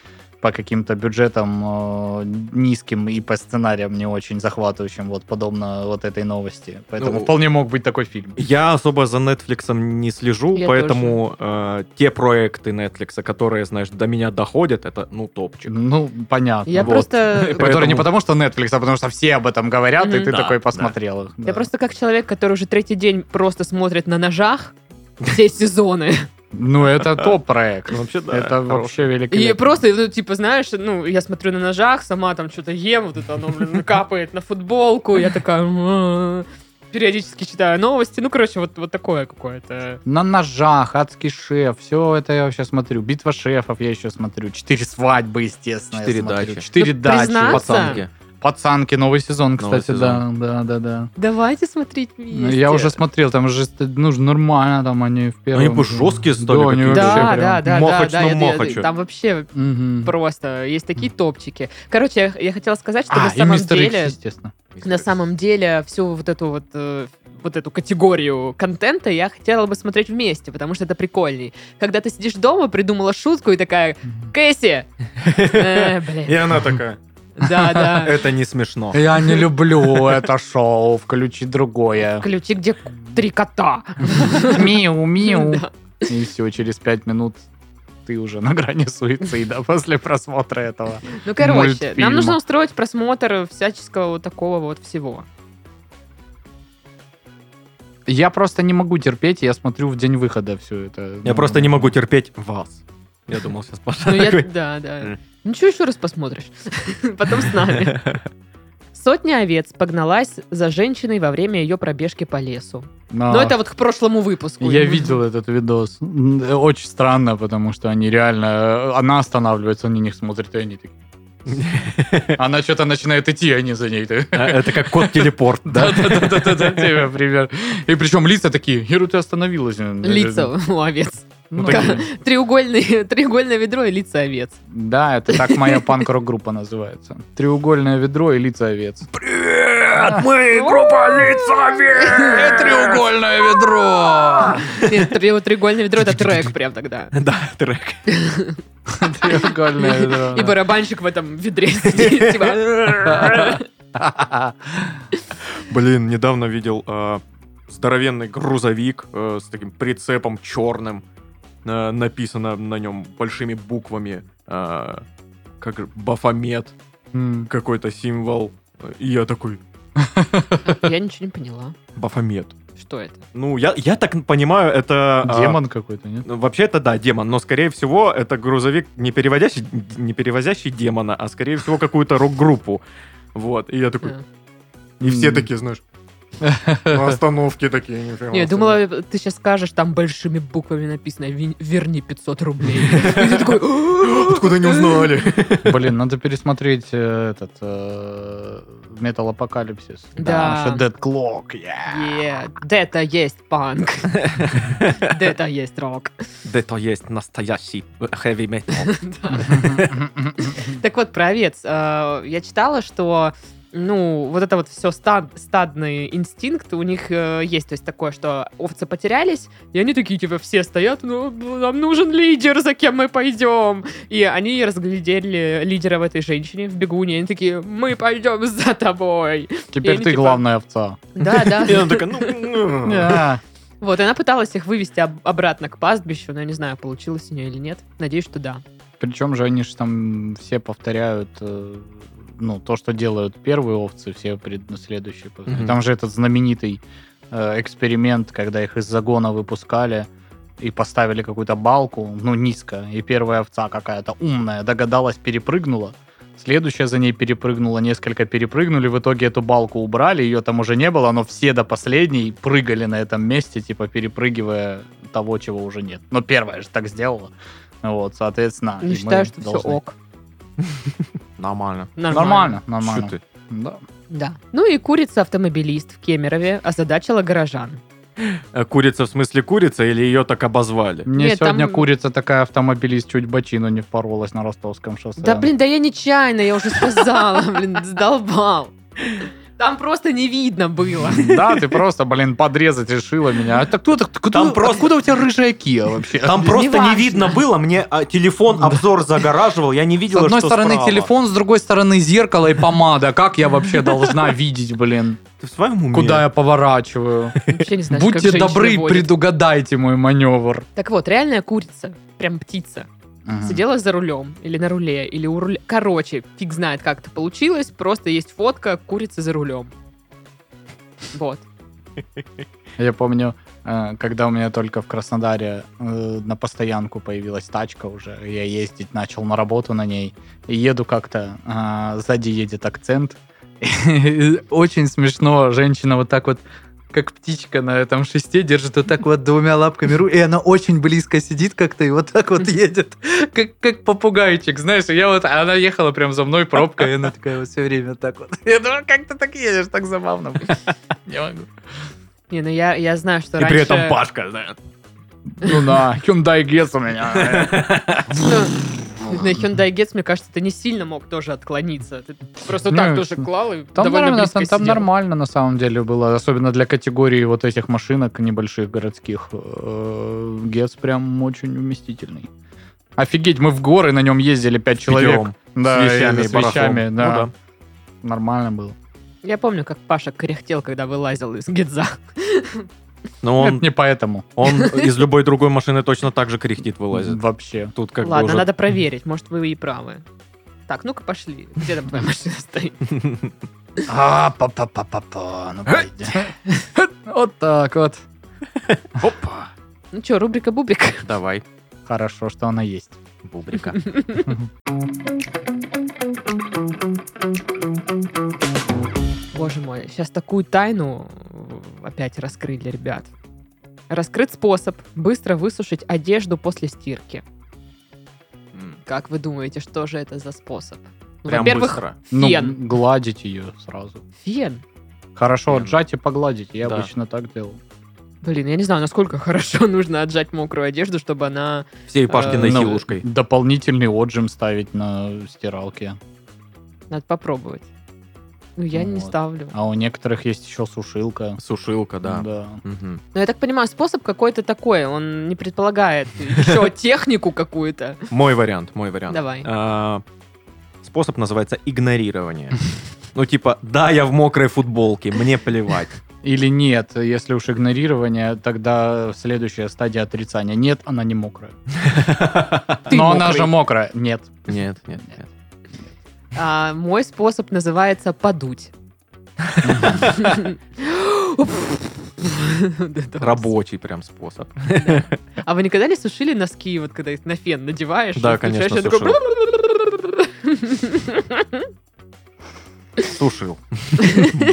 S3: по каким-то бюджетам э, низким и по сценариям не очень захватывающим, вот подобно вот этой новости. Поэтому
S2: Ну,
S3: вполне мог быть такой фильм.
S2: Я особо за Netflix не слежу,
S1: Я
S2: поэтому э, те проекты Netflix, которые, знаешь, до меня доходят, это, ну, топчик.
S3: Ну, понятно.
S1: Я
S2: вот.
S1: просто...
S2: Поэтому-
S3: Который не потому, что Netflix, а потому что все об этом говорят, и
S1: Мгм.
S3: ты
S2: Да,
S3: такой
S2: да.
S3: посмотрел их.
S1: Я просто как человек, который уже третий день просто смотрит на ножах все сезоны.
S3: Ну, это топ-проект.
S2: Ну, вообще, да,
S3: Это
S2: хороший.
S3: вообще великолепно.
S1: И просто, ну, типа, знаешь, ну, я смотрю на ножах, сама там что-то ем, вот это оно, блин, капает на футболку, я такая... «М-м-м». Периодически читаю новости, ну, короче, вот, вот такое какое-то.
S3: На ножах, адский шеф, все это я вообще смотрю. Битва шефов я еще смотрю. Четыре свадьбы, естественно,
S2: Четыре
S3: я смотрю.
S2: дачи.
S3: Четыре
S1: Ну,
S3: дачи.
S1: признаться,
S2: Пацанки.
S3: Пацанки, новый сезон,
S2: Новый
S3: кстати,
S2: сезон.
S3: да, да, да, да.
S1: Давайте смотреть
S3: Ну,
S1: вместе.
S3: Я уже смотрел, там же ст- ну, ж нормально, там они в первом.
S2: Они бы жесткие стали
S3: Да, они
S2: какие-то.
S3: вообще
S1: да,
S3: прям. ну,
S1: да, да, да,
S2: махач
S1: да,
S2: на
S1: я- я-
S2: махача.
S1: там вообще
S3: Мгм.
S1: просто есть такие топчики. Короче, я, я хотела сказать, что
S3: А,
S1: на
S3: и
S1: самом
S3: мистер Икс,
S1: деле,
S3: естественно.
S1: на самом деле всю вот эту вот э, вот эту категорию контента я хотела бы смотреть вместе, потому что это прикольней. Когда ты сидишь дома, придумала шутку и такая, Кэсси! Э,
S2: И
S1: блин.
S2: она такая,
S1: Да, да.
S2: это не смешно.
S3: Я не люблю это шоу, включи другое.
S1: Ключи, где три кота.
S3: Миу, миу.
S1: Да.
S3: И все, через пять минут ты уже на грани суицида после просмотра этого.
S1: Ну, короче,
S3: Мультфильма.
S1: нам нужно устроить просмотр всяческого вот такого вот всего.
S3: Я просто не могу терпеть, я смотрю в день выхода все это.
S2: Я
S3: Ну,
S2: просто не могу терпеть вас. Я думал, сейчас Паша
S1: Ну, я-
S2: такой,
S1: Да, да.
S2: Мгм.
S1: Ну, что еще раз посмотришь? Потом с нами. Сотня овец погналась за женщиной во время ее пробежки по лесу.
S3: на-
S1: Но Ну, это вот к прошлому выпуску.
S3: А. Я видел этот видос. М, Очень странно, потому что они реально... э, Она останавливается, они не смотрят, и они такие... Она что-то начинает идти, и они за ней. так.
S2: А, Это как кот-телепорт, да?
S3: Да-да-да-да-да, тебе пример. И причем лица такие, Геру, ты остановилась.
S1: Лица у овец.
S3: Ну,
S1: Ка-
S3: такие.
S1: треугольные- Треугольное ведро и лица овец.
S3: Да, это так моя панк-рок группа называется. Треугольное ведро и лица овец.
S2: Привет, мы группа лица
S3: Треугольное ведро!
S1: Нет, тре- треугольное ведро это трек прям тогда.
S2: Да, трек.
S3: Треугольное ведро.
S1: типа, И барабанщик в этом ведре сидит, типа.
S2: Блин, недавно видел э, здоровенный грузовик э, с таким прицепом черным. Э, написано на нем большими буквами э, как же, Бафомет,
S3: М.
S2: какой-то символ. И я такой,
S1: Я ничего не поняла.
S2: Бафомет.
S1: Что это?
S2: Ну, я, я так понимаю, это... а,
S3: Демон какой-то, нет?
S2: ну, Вообще это да, демон, но скорее всего это грузовик не перевозящий, не перевозящий демона, а скорее всего какую-то рок-группу. Вот, и я такой,
S1: Да.
S2: и все
S3: М.
S2: такие, знаешь, на остановке такие. не
S1: Не, я
S2: понимаю,
S1: думала, ты сейчас скажешь, там большими буквами написано «Вин- «Верни 500 рублей». И ты такой
S2: что- Откуда не узнали?
S3: Блин, надо пересмотреть э, этот э, Metal Apocalypse.
S1: Да.
S3: Потому что Dead Clock, yeah.
S1: «Е, Дета есть панк. Дета есть рок.
S2: Да это есть настоящий heavy metal.
S1: Да. Так вот, про овец. Э, Я читала, что ну, вот это вот все стадный инстинкт у них э, есть, то есть такое, что овцы потерялись, и они такие, типа, все стоят, ну, нам нужен лидер, за кем мы пойдем. И они разглядели лидера в этой женщине, в бегуне, и они такие, мы пойдем за тобой.
S3: Теперь
S1: они
S3: ты
S1: типа-
S3: главная овца.
S1: Да, да.
S2: И она такая, ну, ну,
S3: Да.
S1: Вот, и она пыталась их вывести об- обратно к пастбищу, но я не знаю, получилось у нее или нет. Надеюсь, что да.
S3: Причем же они же там все повторяют э, ну, то, что делают первые овцы, все пред- ну, следующие. повторяют.
S2: Мгм.
S3: Там же этот знаменитый э, эксперимент, когда их из загона выпускали и поставили какую-то балку, ну, низко, и первая овца какая-то умная догадалась, перепрыгнула. Следующая за ней перепрыгнула, несколько перепрыгнули, в итоге эту балку убрали, ее там уже не было, но все до последней прыгали на этом месте, типа перепрыгивая того, чего уже нет. Но первая же так сделала. Вот, соответственно. А, и
S1: Не
S3: мы
S1: считаю, что все
S3: должны-
S1: ок.
S2: Нормально.
S3: Нормально,
S2: Чё
S3: нормально.
S2: ты?
S3: Да.
S1: Да. Ну и курица-автомобилист в Кемерове озадачила горожан.
S2: Э, Курица в смысле курица или ее так обозвали?
S3: Мне
S1: Нет,
S3: сегодня
S1: там-
S3: курица такая автомобилист чуть бочину не впоролась на ростовском шоссе.
S1: Да, блин, да я нечаянно, я уже сказала, блин, задолбал. Там просто не видно было.
S3: Да, ты просто, блин, подрезать решила меня. Это кто так?
S2: Там просто-
S3: Откуда у тебя рыжая кия вообще?
S2: Там просто не
S1: Неважно.
S2: видно было, мне а, телефон обзор загораживал, я не
S3: С
S2: видел,
S3: одной
S2: что
S3: стороны
S2: справа.
S3: телефон, с другой стороны зеркало и помада. Как я вообще должна видеть, блин?
S2: Ты в своем уме?
S3: Куда я поворачиваю?
S1: Вообще не знаю, как
S3: Будьте
S1: женщины
S3: добры,
S1: водят.
S3: предугадайте мой маневр.
S1: Так вот, реальная курица, прям птица, сидела за рулем, или на руле, или у руля. Короче, фиг знает, как это получилось, просто есть фотка курицы за рулем. Вот.
S3: Я помню, э, когда у меня только в Краснодаре э, на постоянку появилась тачка уже, я ездить начал на работу на ней, и еду как-то, а, сзади едет акцент. И Очень смешно, женщина вот так вот как птичка на этом шесте держит вот так вот двумя лапками руль, и она очень близко сидит как-то и вот так вот едет, как, как попугайчик, знаешь, и я вот, а она ехала прям за мной пробкой, и она такая вот все время так вот. Я думаю, «А как ты так едешь, так забавно. Не могу.
S1: Не, ну я, я знаю, что
S2: И
S1: раньше...
S2: при этом Пашка, да.
S3: Ну да, Hyundai Getz у меня.
S1: Ну, На Hyundai Getz, мне кажется, ты не сильно мог тоже отклониться. Ты просто
S3: Не,
S1: так тоже клал и
S3: Там,
S1: довольно
S3: нормально,
S1: близко
S3: там, там
S1: сидел.
S3: нормально на самом деле было, особенно для категории вот этих машинок небольших городских. Э, Getz прям очень вместительный. Офигеть, мы в горы на нем ездили пять человек.
S2: Пятером.
S3: Да,
S2: с вещами,
S3: и
S2: и
S3: с
S2: барахлом.
S3: вещами,
S2: Ну
S3: да. Нормально было.
S1: Я помню, как Паша кряхтел, когда вылазил из Гетза.
S2: Но
S3: Это не поэтому.
S2: он из любой другой машины точно так же кряхтит, вылазит.
S3: Вообще.
S2: Тут как бы
S1: Ладно,
S2: уже-
S1: надо проверить, может, вы и правы. Так, ну-ка пошли. Где там твоя машина стоит?
S3: А, па-па-па-па-па. Ну, пойди. Вот так вот.
S2: Опа.
S1: Ну что, рубрика-бубрик?
S2: Давай,
S3: Хорошо, что она есть.
S2: бубрика.
S1: Боже мой, сейчас такую тайну э, опять раскрыли, ребят. Раскрыт способ быстро высушить одежду после стирки.
S2: М,
S1: Как вы думаете, что же это за способ? Ну,
S2: Прям
S1: Во-первых,
S2: быстро.
S3: Ну,
S1: фен.
S3: гладить ее сразу.
S1: Фен.
S3: Хорошо
S2: Фен.
S3: отжать и погладить. Я
S2: Да.
S3: обычно так делал.
S1: Блин, я не знаю, насколько хорошо нужно отжать мокрую одежду, чтобы она...
S2: Всей Пашкиной
S1: Э,
S3: Ну,
S2: хилушкой.
S3: Дополнительный отжим ставить на стиралке.
S1: Надо попробовать. Ну, я не
S3: Вот.
S1: ставлю.
S3: А у некоторых есть еще сушилка.
S2: Сушилка, да.
S3: Да.
S2: Мгм.
S1: Но я так понимаю, способ какой-то такой. Он не предполагает еще технику какую-то.
S2: Мой вариант, мой вариант.
S1: Давай.
S2: А, Способ называется игнорирование. Ну, типа, да, я в мокрой футболке, мне плевать.
S3: Или нет, если уж игнорирование, тогда следующая стадия отрицания. Нет, она не мокрая.
S1: Ты
S3: Но она
S1: мокрый.
S3: же мокрая. Нет.
S2: Нет, нет, нет.
S1: А, мой способ называется подуть. Вот это вот.
S2: Рабочий прям способ.
S1: А вы никогда не сушили носки, вот когда их на фен надеваешь?
S2: Да,
S1: и включаешь,
S2: конечно,
S1: и такой
S2: Сушил.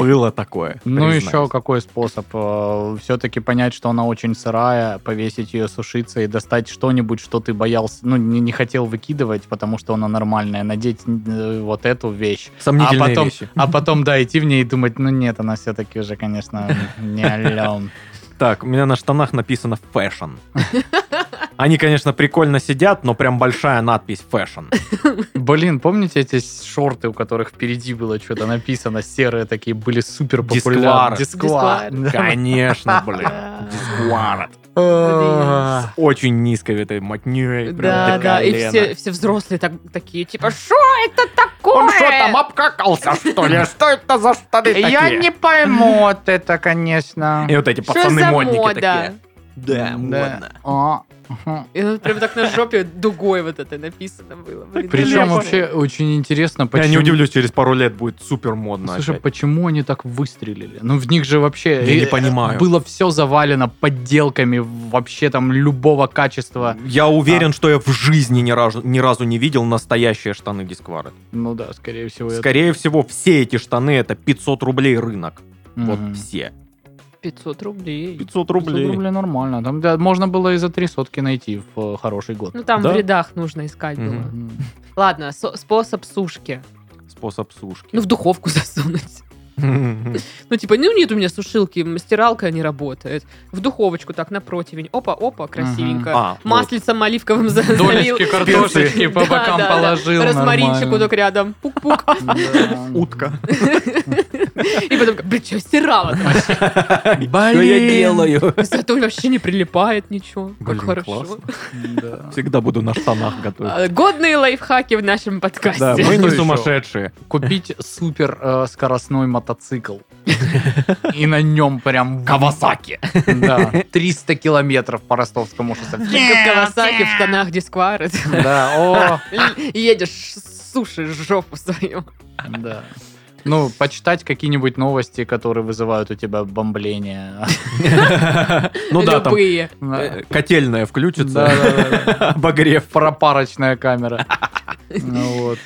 S2: Было такое.
S3: Ну
S2: признаюсь.
S3: еще какой способ? Э, Все-таки понять, что она очень сырая, повесить ее, сушиться и достать что-нибудь, что ты боялся, ну не, не хотел выкидывать, потому что она нормальная, надеть э, вот эту вещь. А
S2: Сомнительные
S3: потом,
S2: вещи.
S3: а потом, да, идти в ней и думать, ну нет, она все-таки уже, конечно, не алём.
S2: Так, у меня на штанах написано «фэшн». Они, конечно, прикольно сидят, но прям большая надпись «фэшн».
S3: Блин, помните эти шорты, у которых впереди было что-то написано, серые такие были супер популярны.
S2: Дисквар.
S3: Дисквар. Да.
S2: Конечно, блин. Дисквар. Очень низко этой мотней. прям
S1: Да,
S2: до
S1: да, и
S2: колена.
S1: все, все взрослые так, такие, типа, что это такое?
S2: Он что там обкакался, что ли? Э, Что это за штаны такие? Э,
S3: пойму, вот это, конечно.
S2: И вот эти
S1: Что
S2: пацаны
S1: за
S2: модники
S1: мода?
S2: такие.
S3: Да. А, мгм.
S1: И вот прям так на жопе дугой вот это написано было. блин,
S3: Причем
S1: ужасно.
S3: вообще очень интересно,
S2: Я
S3: почему...
S2: не удивлюсь, через пару лет будет супер модно.
S3: Слушай, почему они так выстрелили? Ну, в них же вообще...
S2: Я не
S3: э,
S2: понимаю.
S3: Было все завалено подделками вообще там любого качества.
S2: Я уверен, что я в жизни ни разу, ни разу не видел настоящие штаны Дисквара.
S3: Ну да, скорее всего. это-
S2: Скорее всего, все эти штаны это 500 рублей рынок. Вот
S3: Мгм.
S2: все.
S1: 500 рублей.
S2: 500
S3: рублей.
S2: рублей.
S3: нормально. Там да, можно было и за три сотки найти в э, хороший год.
S1: Ну там
S2: Да?
S1: в рядах нужно искать было.
S2: Мгм.
S3: Мгм.
S1: Ладно, со- способ сушки.
S2: Способ сушки.
S1: Ну, в духовку засунуть. Ну, типа, ну нет у меня сушилки, стиралка не работает. В духовочку так на противень. Опа-опа, красивенько.
S2: А, ну вот.
S1: Маслицем оливковым за- залил.
S3: Долечки картошечки по
S1: Да,
S3: бокам
S1: да, да.
S3: положил
S1: Розмаринчику
S3: нормально.
S1: только рядом. Пук-пук.
S3: Да.
S2: Утка.
S1: И потом, блин, что стирала?
S2: Что я делаю?
S1: Зато вообще не прилипает ничего. Как
S2: Блин,
S1: хорошо.
S2: классно.
S3: Да.
S2: Всегда буду на штанах готовить.
S1: А, Годные лайфхаки в нашем
S2: Да, мы
S1: подкасте.
S2: не
S3: еще?
S2: сумасшедшие.
S3: Купить супер э, скоростной мотоцикл. И на нем прям...
S2: Кавасаки.
S3: Да. 300 километров по ростовскому шоссе.
S1: Как Кавасаки в штанах Дисквара.
S3: Да,
S1: Едешь, сушишь жопу свою.
S3: о, да. Ну, почитать какие-нибудь новости, которые вызывают у тебя бомбление.
S2: Ну да, там
S1: Любые.
S3: Да,
S2: э, котельная
S3: да,
S2: включится,
S3: да, да.
S2: обогрев.
S3: пропарочная камера. Ну вот.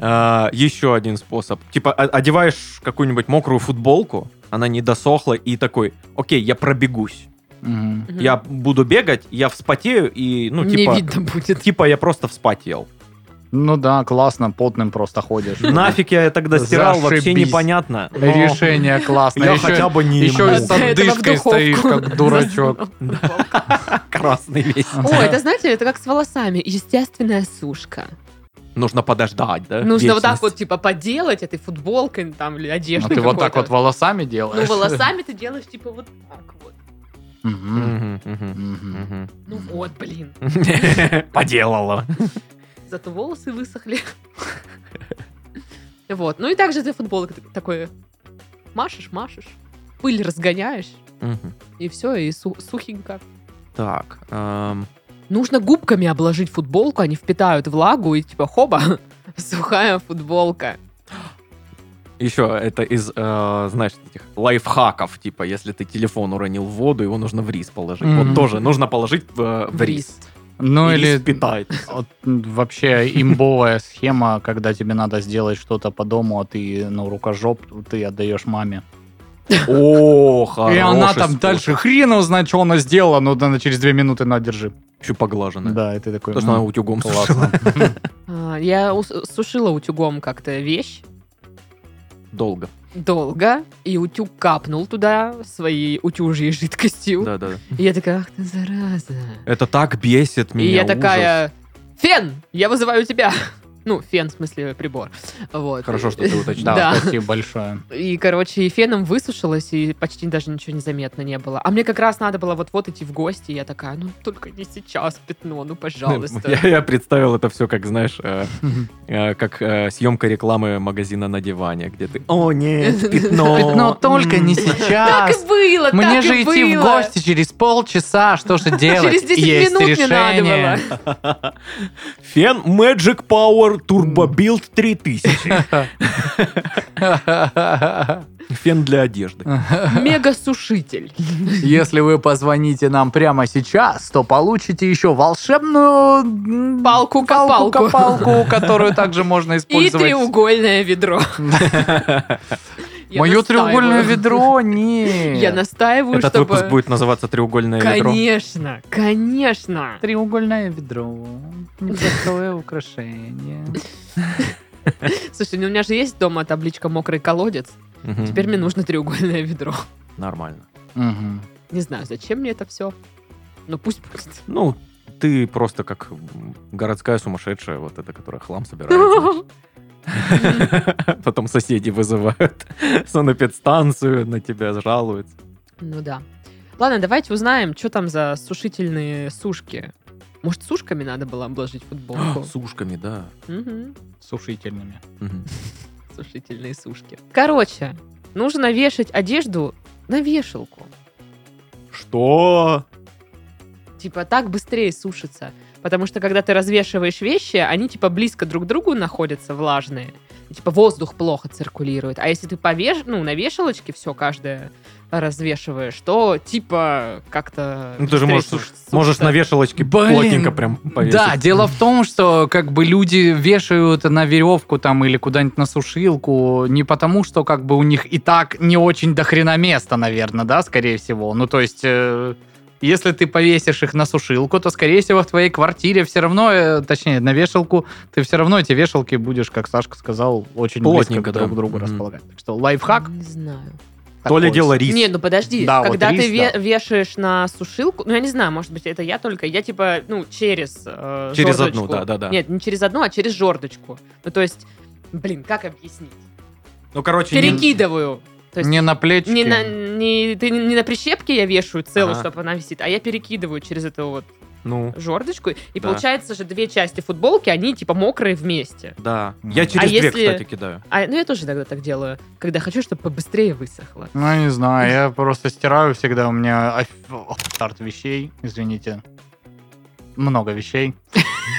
S2: А, Еще один способ. Типа о- одеваешь какую-нибудь мокрую футболку, она не досохла, и такой, окей, я пробегусь.
S3: Мгм.
S1: Мгм.
S2: Я буду бегать, я вспотею, и, ну,
S1: Не
S2: типа...
S1: видно будет.
S2: Типа я просто вспотел.
S3: Ну да, классно, потным просто ходишь.
S2: Нафиг я тогда стирал, вообще
S3: Хм. Зашибись.
S2: непонятно. но
S3: Решение классное.
S2: Я
S3: Еще-
S2: хотя бы не
S3: еще
S2: ему.
S3: и с отдышкой стоишь, как дурачок.
S2: красный весь.
S1: О, это, знаете, это как с волосами. Естественная сушка.
S2: Нужно подождать, да?
S1: Нужно вот так
S2: Э, вечность.
S1: вот, типа, поделать этой футболкой там или
S3: Ну,
S1: одеждой
S3: ты вот так вот
S1: какой-то.
S3: волосами делаешь.
S1: Ну, волосами ты делаешь, типа, вот так вот.
S3: Мгм.
S2: Мгм, мгм,
S3: Мгм.
S2: мгм.
S1: Ну вот, блин.
S2: Поделала.
S1: Зато волосы высохли. Вот. Ну и также ты футболок такой машешь, машешь, пыль разгоняешь,
S2: Мгм.
S1: и все, и су- сухенько.
S2: Так. эм,
S1: Нужно губками обложить футболку, они впитают влагу, и типа, хоба, сухая футболка.
S2: Еще это из, э, знаешь, этих лайфхаков, типа, если ты телефон уронил в воду, его нужно в рис положить.
S3: Мгм.
S2: Вот тоже нужно положить в, в рис.
S3: Ну
S2: И
S3: или
S2: рис питает.
S3: вот, м, вообще имбовая схема, когда тебе надо сделать что-то по дому, а ты, ну, рукожоп, ты отдаешь маме.
S2: О,
S3: И
S2: хороший
S3: она там
S2: способ.
S3: дальше хрен его знает, что она сделала, но она через две минуты надержи.
S2: Еще поглаженная.
S3: Да, и ты такой...
S2: То, что
S3: м,
S2: она утюгом сушила.
S3: Классно.
S1: А, Я ус- сушила утюгом как-то вещь
S2: Долго.
S1: долго, и утюг капнул туда своей утюжьей жидкостью.
S2: Да, да.
S1: И я такая, ах ты, зараза.
S2: Это так бесит меня.
S1: и я
S2: ужас.
S1: такая, Фен, я вызываю тебя. Ну, фен, в смысле, прибор. Вот.
S3: Хорошо, что ты уточнила.
S1: Да.
S3: Спасибо большое.
S1: И, короче, и феном высушилась, и почти даже ничего не заметно не было. А мне как раз надо было вот-вот идти в гости, и я такая, ну, только не сейчас пятно, ну, пожалуйста.
S2: Я, я представил это все, как, знаешь, э, э, как э, съемка рекламы магазина на диване, где ты, о, нет, пятно.
S3: Но только не
S2: М.
S1: Так
S3: сейчас.
S1: и было, так
S3: Мне
S1: и
S3: же идти в
S1: было.
S3: гости через полчаса, что же делать?
S1: Через 10
S3: Есть
S1: минут мне надо
S3: решение.
S1: было.
S2: Фен Magic Power Turbo Build 3000. Фен для одежды.
S1: Мега-сушитель.
S3: Если вы позвоните нам прямо сейчас, то получите еще волшебную м,
S1: Палку-копалку.
S3: палку-копалку, которую также можно
S1: И
S3: использовать.
S1: треугольное ведро. Я
S3: Мое
S1: настаиваю.
S3: треугольное ведро? Не.
S1: Я настаиваю,
S2: Этот
S1: чтобы...
S2: выпуск будет называться «Треугольное ведро».
S1: Конечно, конечно.
S3: Треугольное ведро. Неплохое украшение.
S1: Слушай, ну у меня же есть дома табличка «Мокрый колодец».
S2: Мгм.
S1: Теперь мне нужно треугольное ведро.
S2: Нормально.
S3: Мгм.
S1: Не знаю, зачем мне это все. Ну пусть будет.
S2: Ну, ты просто как м, городская сумасшедшая, вот эта, которая хлам собирает. знаешь. Потом соседи вызывают санэпидстанцию, на тебя жалуются.
S1: Ну да. Ладно, давайте узнаем, что там за сушительные сушки. Может, сушками надо было обложить футболку?
S2: С ушками, да.
S1: Мгм.
S3: Сушительными.
S2: Мгм.
S1: Сушительные сушки. Короче, нужно вешать одежду на вешалку.
S2: Что?
S1: Типа так быстрее сушится. Потому что когда ты развешиваешь вещи, они типа близко друг к другу находятся, влажные. И, типа воздух плохо циркулирует. А если ты повеш... ну, на вешалочке все каждое развешиваешь, то типа как-то...
S2: Ну, ты же
S1: быстрее
S2: можешь,
S1: суш- сушится.
S2: можешь на вешалочке
S3: Блин.
S2: плотненько прям повесить.
S3: Да, дело в том, что как бы люди вешают на веревку там или куда-нибудь на сушилку не потому, что как бы у них и так не очень до хрена места, наверное, да, скорее всего. Ну, то есть... э, если ты повесишь их на сушилку, то, скорее всего, в твоей квартире все равно, э, точнее, на вешалку, ты все равно эти вешалки будешь, как Сашка сказал, очень
S2: Плотненько,
S3: близко друг
S2: да.
S3: к другу
S2: Мгм.
S3: располагать. Так что лайфхак.
S1: Не знаю.
S2: То ли
S3: такой.
S2: дело рис.
S1: Ну, Не, ну подожди,
S3: Да, вот
S1: когда
S3: рис,
S1: ты ве-
S3: да.
S1: вешаешь на сушилку, ну я не знаю, может быть, это я только, я типа, ну, через э,
S2: Через
S1: жердочку.
S2: одну, да, да, да.
S1: Нет, не через одну, а через жердочку. Ну, то есть, блин, как объяснить?
S2: Ну, короче, не-
S1: Перекидываю. То есть,
S3: Не на плечи.
S1: не на, не, ты не на прищепке я вешаю целую,
S2: Ага.
S1: чтобы она висит, а я перекидываю через эту вот
S2: Ну,
S1: жердочку, и
S2: Да.
S1: получается же две части футболки, они типа мокрые вместе.
S2: да.
S3: Мгм.
S2: Я
S3: А
S2: через две,
S1: если-
S2: кстати, кидаю.
S1: А, ну я тоже тогда так делаю, когда хочу, чтобы побыстрее высохло.
S3: Ну, не знаю, я просто стираю всегда, у меня оф- старт вещей, извините, много вещей.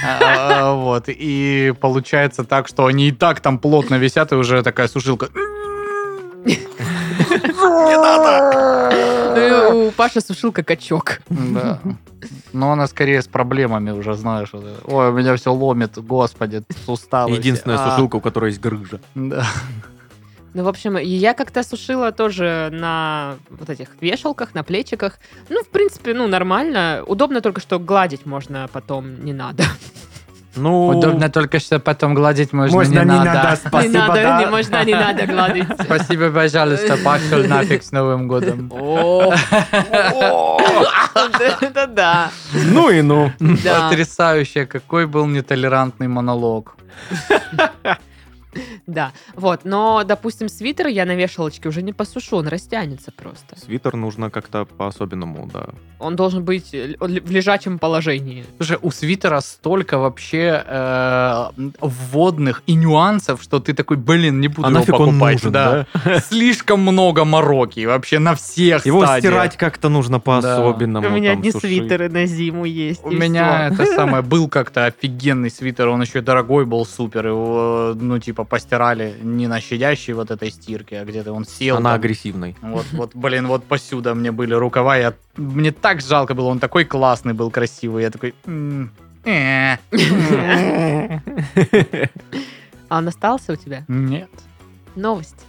S3: А, Вот, и получается так, что они и так там плотно висят, и уже такая сушилка.
S1: Ну, и у Паша сушилка качок.
S3: Да. Но она скорее с проблемами уже, знаешь. вот это, Ой, у меня все ломит, господи, суставы. все.
S2: Единственная
S3: А,
S2: сушилка, у которой есть грыжа.
S3: да.
S1: Ну, в общем, и я как-то сушила тоже на вот этих вешалках, на плечиках. Ну, в принципе, ну, нормально. Удобно только, что гладить можно а потом не надо.
S2: Ну,
S3: Удобно только, что потом гладить можно,
S2: можно
S3: не, надо.
S1: не надо, не можно, не надо гладить.
S3: Спасибо, пожалуйста, пошел нафиг с Новым годом.
S1: О, это да.
S2: Ну и ну.
S1: Да.
S3: Потрясающе, какой был нетолерантный монолог.
S1: Да, вот. Но, допустим, свитер я на вешалочке уже не посушу, он растянется просто.
S2: Свитер нужно как-то по-особенному, да.
S1: Он должен быть э, он ли- в лежачем положении.
S3: Слушай, у свитера столько вообще э, вводных и нюансов, что ты такой, блин, не буду
S2: А
S3: его
S2: нафиг он
S3: покупать.
S2: нужен,
S3: да.
S2: да?
S3: Слишком много мороки вообще на всех
S2: Его
S3: стадиях.
S2: стирать как-то нужно по-особенному. там, сушить.
S1: на зиму есть.
S3: У меня это самое, был как-то офигенный свитер, он еще и дорогой был, супер, его, ну, типа, постирали не на щадящей вот этой стирке, а где-то он сел.
S2: Она
S3: там.
S2: агрессивной.
S3: Вот, вот, блин, вот посюда мне были рукава. Я, мне так жалко было, он такой классный был, красивый. Я такой... «М, э, м».
S1: А он остался у тебя?
S3: Нет.
S1: Новость.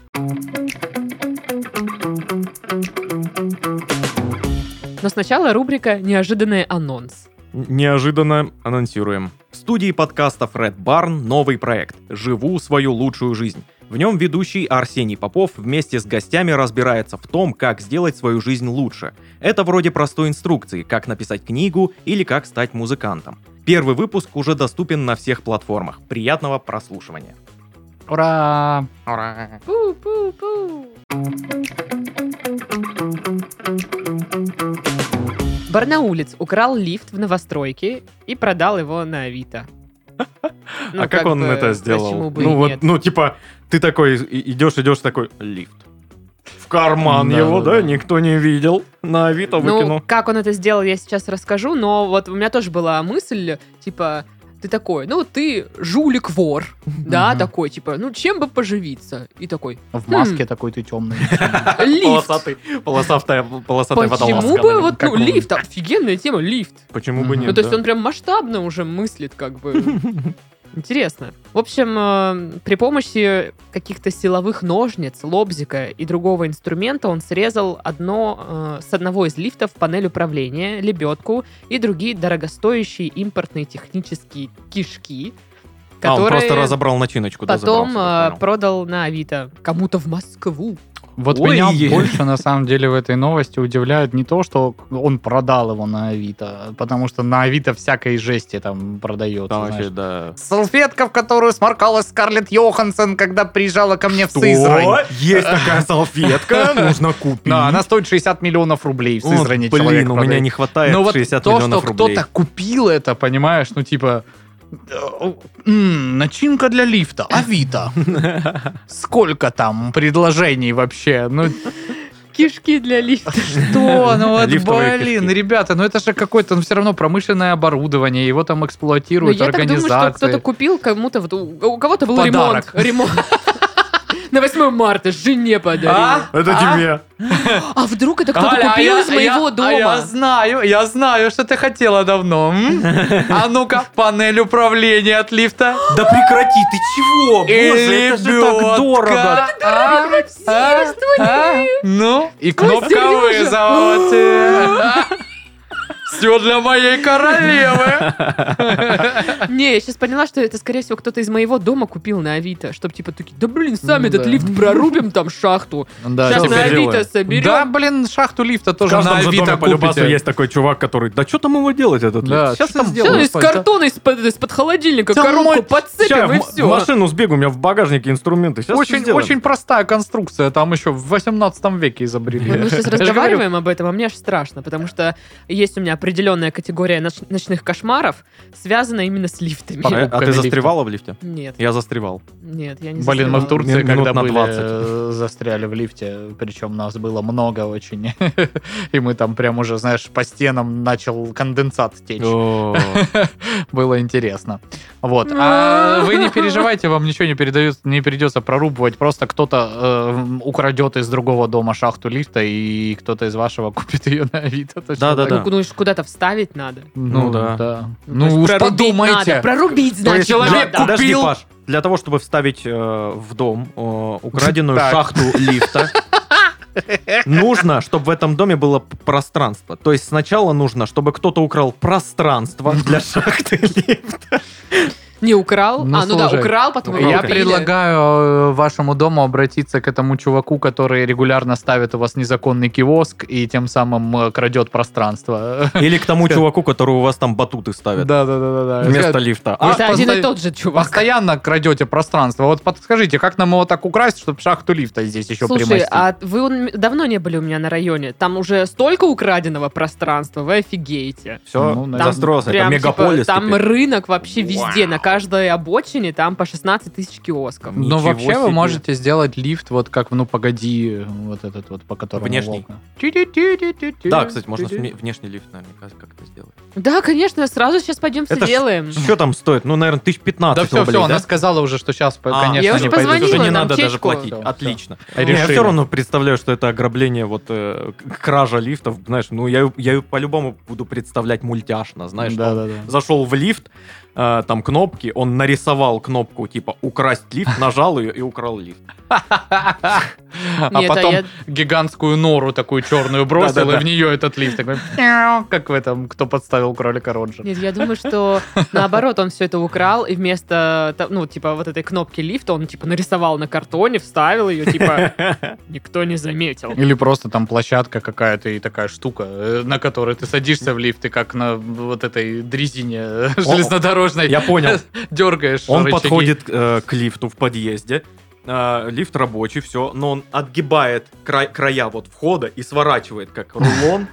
S1: Но сначала рубрика «Неожиданный анонс».
S2: Неожиданно анонсируем. В студии подкастов Red Barn новый проект «Живу свою лучшую жизнь», В нем ведущий Арсений Попов вместе с гостями разбирается в том, как сделать свою жизнь лучше. Это вроде простой инструкции, как написать книгу или как стать музыкантом. Первый выпуск уже доступен на всех платформах. Приятного прослушивания.
S3: Ура!
S2: Ура!
S1: Пу-пу-пу. Барнаулец украл лифт в новостройке и продал его на Авито. Ну,
S2: а как, он
S1: бы,
S2: это сделал?
S1: Почему бы и
S2: ну,
S1: нет?
S2: ну, типа, ты такой и- идешь, идешь, такой лифт. В карман
S3: Да,
S2: его,
S3: да,
S2: да,
S3: да.
S2: никто не видел. На Авито
S1: Ну,
S2: выкинул.
S1: как он это сделал, я сейчас расскажу, но вот у меня тоже была мысль, типа, ты такой, ну, ты жулик-вор, да,
S3: Мгм.
S1: такой, типа, ну, чем бы поживиться? И такой,
S3: В
S2: Хм.
S3: маске такой ты темный.
S1: лифт.
S2: Полосатый, полосатая, полосатая
S1: Почему
S2: водолазка,
S1: бы,
S2: наверное.
S1: вот,
S3: как
S1: ну,
S3: он-
S1: лифт, офигенная тема, лифт.
S2: Почему бы
S3: Мгм.
S2: нет?
S1: Ну, то есть
S2: да.
S1: он прям масштабно уже мыслит, как бы. Интересно. В общем, э, при помощи каких-то силовых ножниц, лобзика и другого инструмента он срезал одно э, с одного из лифтов панель управления, лебедку и другие дорогостоящие импортные технические кишки,
S2: А, он
S1: которые
S2: просто разобрал начиночку, да,
S1: потом
S2: забрался,
S1: э,
S2: так понял.
S1: продал на Авито кому-то в Москву.
S3: Вот
S2: Ой.
S3: меня больше, на самом деле, в этой новости удивляет не то, что он продал его на Авито, потому что на Авито всякой жести там продается.
S2: Там вообще,
S3: знаешь.
S2: да.
S3: Салфетка, в которую сморкалась Скарлетт Йоханссон, когда приезжала ко мне в Сызрань.
S2: Что? Есть такая салфетка, нужно купить.
S3: Да, она стоит 60 миллионов рублей в
S2: Вот,
S3: Сызрани. человек
S2: Блин, у меня
S3: продает.
S2: не хватает
S3: Но Ну вот
S2: 60
S3: то, что
S2: миллионов рублей.
S3: кто-то купил это, понимаешь, ну типа... э, «М, начинка для лифта, Авито. Сколько там предложений вообще? Ну,
S1: Кишки для лифта.
S3: что? Ну вот,
S2: Лифтовые
S3: блин,
S2: кишки.
S3: ребята, ну это же какое-то, ну все равно промышленное оборудование, его там
S1: Но
S3: эксплуатируют
S1: Ну, я так думаю, что кто-то
S3: организации.
S1: купил кому-то, вот у, у кого-то был
S3: Подарок.
S1: ремонт. Ремонт. На 8 марта жене подарили.
S3: А?
S2: Это
S3: А?
S2: тебе.
S1: А вдруг это кто-то
S3: Галя, а
S1: купил
S3: я-
S1: из моего
S3: я- а я
S1: дома?
S3: знаю, я знаю, что ты хотела давно. м? А ну-ка, панель управления от лифта.
S2: Да прекрати, ты чего? Боже, это же так дорого.
S3: А? А? А? Ну, и кнопка
S1: Сережа.
S3: вызова. Все для моей королевы.
S1: Не, я сейчас поняла, что это, скорее всего, кто-то из моего дома купил на Авито, чтобы типа такие, да блин, сами
S3: М-да.
S1: этот лифт прорубим там шахту.
S3: Да,
S1: Сейчас
S2: теперь
S1: на Авито
S2: делаем.
S1: соберем.
S3: да, блин, шахту лифта
S2: В
S3: тоже на
S2: каждом же доме
S3: Авито
S2: полюбасу
S3: купите.
S2: есть такой чувак, который, да что там его делать этот лифт?
S3: Да,
S2: Щас
S3: что
S1: Всё,
S2: там-
S3: сделаю?
S1: из картона, из-под, из-под холодильника,
S3: Да
S1: коробку
S3: мой-
S2: ща,
S1: подцепим и
S2: в м- в
S1: все.
S2: машину сбегу, у меня в багажнике инструменты. Сейчас
S3: Очень, очень простая конструкция, там еще в 18 веке изобрели.
S1: Мы сейчас
S3: Я же говорю,
S1: разговариваем об этом, а мне аж страшно, потому что есть у меня определенная категория ноч- ночных кошмаров, связанная именно с лифтами.
S3: Пора-
S2: А
S3: покупками
S2: ты
S3: лифта.
S2: застревала в лифте?
S1: Нет,
S2: Я застревал.
S1: нет, я не
S3: Блин, мы в
S1: застревала.
S3: Турции,
S2: Мин-
S3: когда
S2: минут на
S3: были,
S2: 20.
S3: э, застряли в лифте, причем нас было много очень, и мы там прям уже, знаешь, по стенам начал конденсат течь.
S2: О,
S3: Было интересно. Вот. А вы не переживайте, вам ничего не, передают, не придется прорубывать. Просто кто-то э, украдет из другого дома шахту лифта, и кто-то из вашего купит ее на Авито. точно
S2: Да-да-да.
S3: так.
S1: Ну, ну, ж куда-то вставить надо.
S3: Ну,
S2: Ну да.
S3: да.
S1: То есть
S3: Ну, уж
S1: прорубить
S3: подумайте.
S1: надо, Прорубить,
S2: То
S1: значит,
S2: есть,
S1: человек
S2: для- Подожди,
S1: купил.
S2: Паш. Для того, чтобы вставить э, в дом э, украденную
S3: Так.
S2: шахту лифта, нужно, чтобы в этом доме было п- пространство. То есть сначала нужно, чтобы кто-то украл пространство для шахты лифта.
S1: Не украл?
S3: Ну,
S1: а, ну да,
S3: слушай,
S1: украл, потом
S2: я
S3: Я
S1: купили.
S3: предлагаю э, вашему дому обратиться к этому чуваку, который регулярно ставит у вас незаконный киоск и тем самым э, крадет пространство.
S2: Или к тому чуваку, который у вас там батуты ставят
S3: Да-да-да.
S2: вместо лифта. А,
S1: Это один
S3: поставь-
S1: и тот же чувак.
S3: Постоянно крадете пространство. Вот подскажите, как нам его так украсть, чтобы шахту лифта здесь еще
S1: Слушай,
S3: примостить?
S1: а вы он- давно не были у меня на районе? Там уже столько украденного пространства, вы офигеете.
S2: Все,
S3: Ну, наверное.
S2: застрос, это
S1: Прям,
S2: мегаполис
S1: типа, там
S2: теперь.
S1: рынок вообще везде,
S2: Вау.
S1: на каждой обочине там по 16 тысяч киосков.
S3: Ну,
S2: Ничего
S3: вообще вы
S2: себе.
S3: можете сделать лифт, вот как в «Ну, погоди», вот этот вот, по которому
S2: Внешний.
S3: волк. Ти-ти-ти-ти-ти.
S2: Да, кстати, можно вне- внешний лифт, наверное, как-то сделать.
S1: Да, конечно, сразу сейчас пойдем все
S2: Это ж-
S1: делаем.
S2: Что там стоит? Ну, наверное, тысяч
S3: Да
S2: пятнадцать
S3: все,
S2: рублей,
S3: все, она
S2: да?
S3: сказала уже, что сейчас,
S2: А,
S3: конечно,
S1: Я уже
S3: не пойдут.
S1: позвонила,
S2: Уже не
S1: нам
S2: надо даже
S1: чечку.
S2: платить.
S3: Всё, всё.
S2: Отлично.
S3: Решили.
S2: Не, Я все равно представляю, что это ограбление, вот э, к- кража лифтов, знаешь, ну я, её- я её по-любому буду представлять мультяшно, знаешь.
S3: да,
S2: он
S3: да, да.
S2: Зашел в лифт, э, там кнопки, он нарисовал кнопку типа украсть лифт, нажал ее и украл лифт.
S3: А
S1: Нет, а
S3: потом
S1: я-
S3: гигантскую нору такую черную бросил, и
S2: Да-да-да.
S3: в нее этот лифт такой, «Мяу», как в этом, кто подставил кролика Роджера.
S1: Нет, я думаю, что наоборот, он все это украл, и вместо, та- ну, типа, вот этой кнопки лифта он, типа, нарисовал на картоне, вставил ее, типа, никто не заметил.
S3: Или просто там площадка какая-то и такая штука, э, на которой ты садишься в лифт и как на вот этой дрезине э, железнодорожной
S2: Я понял.
S3: дергаешь
S2: Он
S3: рычаги.
S2: подходит э, к лифту в подъезде. Э, лифт рабочий, все, но он отгибает край- края вот входа и сворачивает как рулон,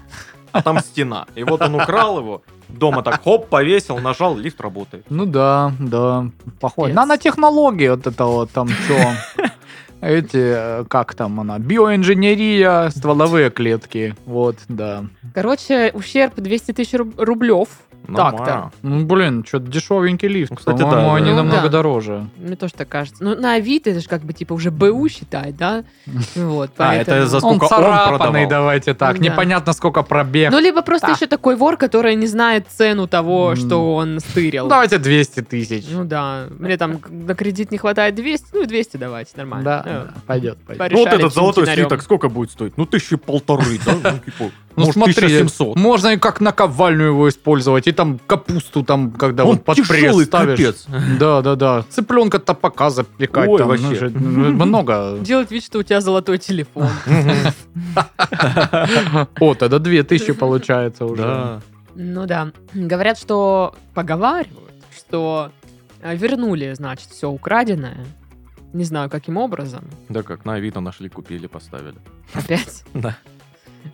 S2: а там стена. И вот он украл его, дома так хоп, повесил, нажал, лифт работает.
S3: Ну да, да. Похоже.
S1: Пипец.
S3: Нанотехнологии вот это вот там что. Эти, э, как там она, биоинженерия, стволовые клетки. Вот, да.
S1: Короче, ущерб 200 тысяч руб- рублев.
S2: Нормально.
S1: Так-то.
S3: Ну, блин, что-то дешевенький лифт.
S2: Ну, кстати,
S3: По-моему,
S2: да,
S3: они
S1: да.
S3: намного
S1: Ну, да.
S3: дороже.
S1: Мне тоже так кажется. Ну, на Авито это же как бы, типа, уже БУ считать, да? Вот,
S2: А, это
S1: поэтому-
S2: за Сколько он
S3: он царапанный,
S2: продавал?
S3: давайте так.
S1: Да.
S3: Непонятно, сколько пробег.
S1: Ну, либо просто
S3: Да.
S1: еще такой вор, который не знает цену того,
S3: М.
S1: что он
S2: Ну,
S1: стырил.
S3: давайте 200 тысяч.
S1: Ну да, мне там к- на кредит не хватает 200, ну 200 давайте, нормально.
S3: Да,
S1: Э,
S3: пойдет, пойдет.
S2: Ну, вот
S1: порешали
S2: этот золотой
S1: чинтинарем.
S2: слиток сколько будет стоить? Ну, тысячи полторы, да? Ну, типа, Может,
S3: Ну смотри,
S2: 1700.
S3: можно и как наковальню его использовать, и там капусту там, когда
S2: Он
S3: вот под пресс
S2: тяжелый,
S3: ставишь.
S2: капец.
S3: Да, да, да. Цыпленка топока запекать.
S2: Ой,
S3: там, ну,
S2: вообще.
S3: же, ну, много.
S1: Делать вид, что у тебя золотой телефон.
S2: Мгм.
S3: О, тогда 2000 получается уже.
S2: Да.
S1: Ну да. Говорят, что поговаривают, что э, вернули, значит, все украденное. Не знаю, каким образом.
S2: Да как, на Авито нашли, купили, поставили.
S1: Опять.
S2: Да.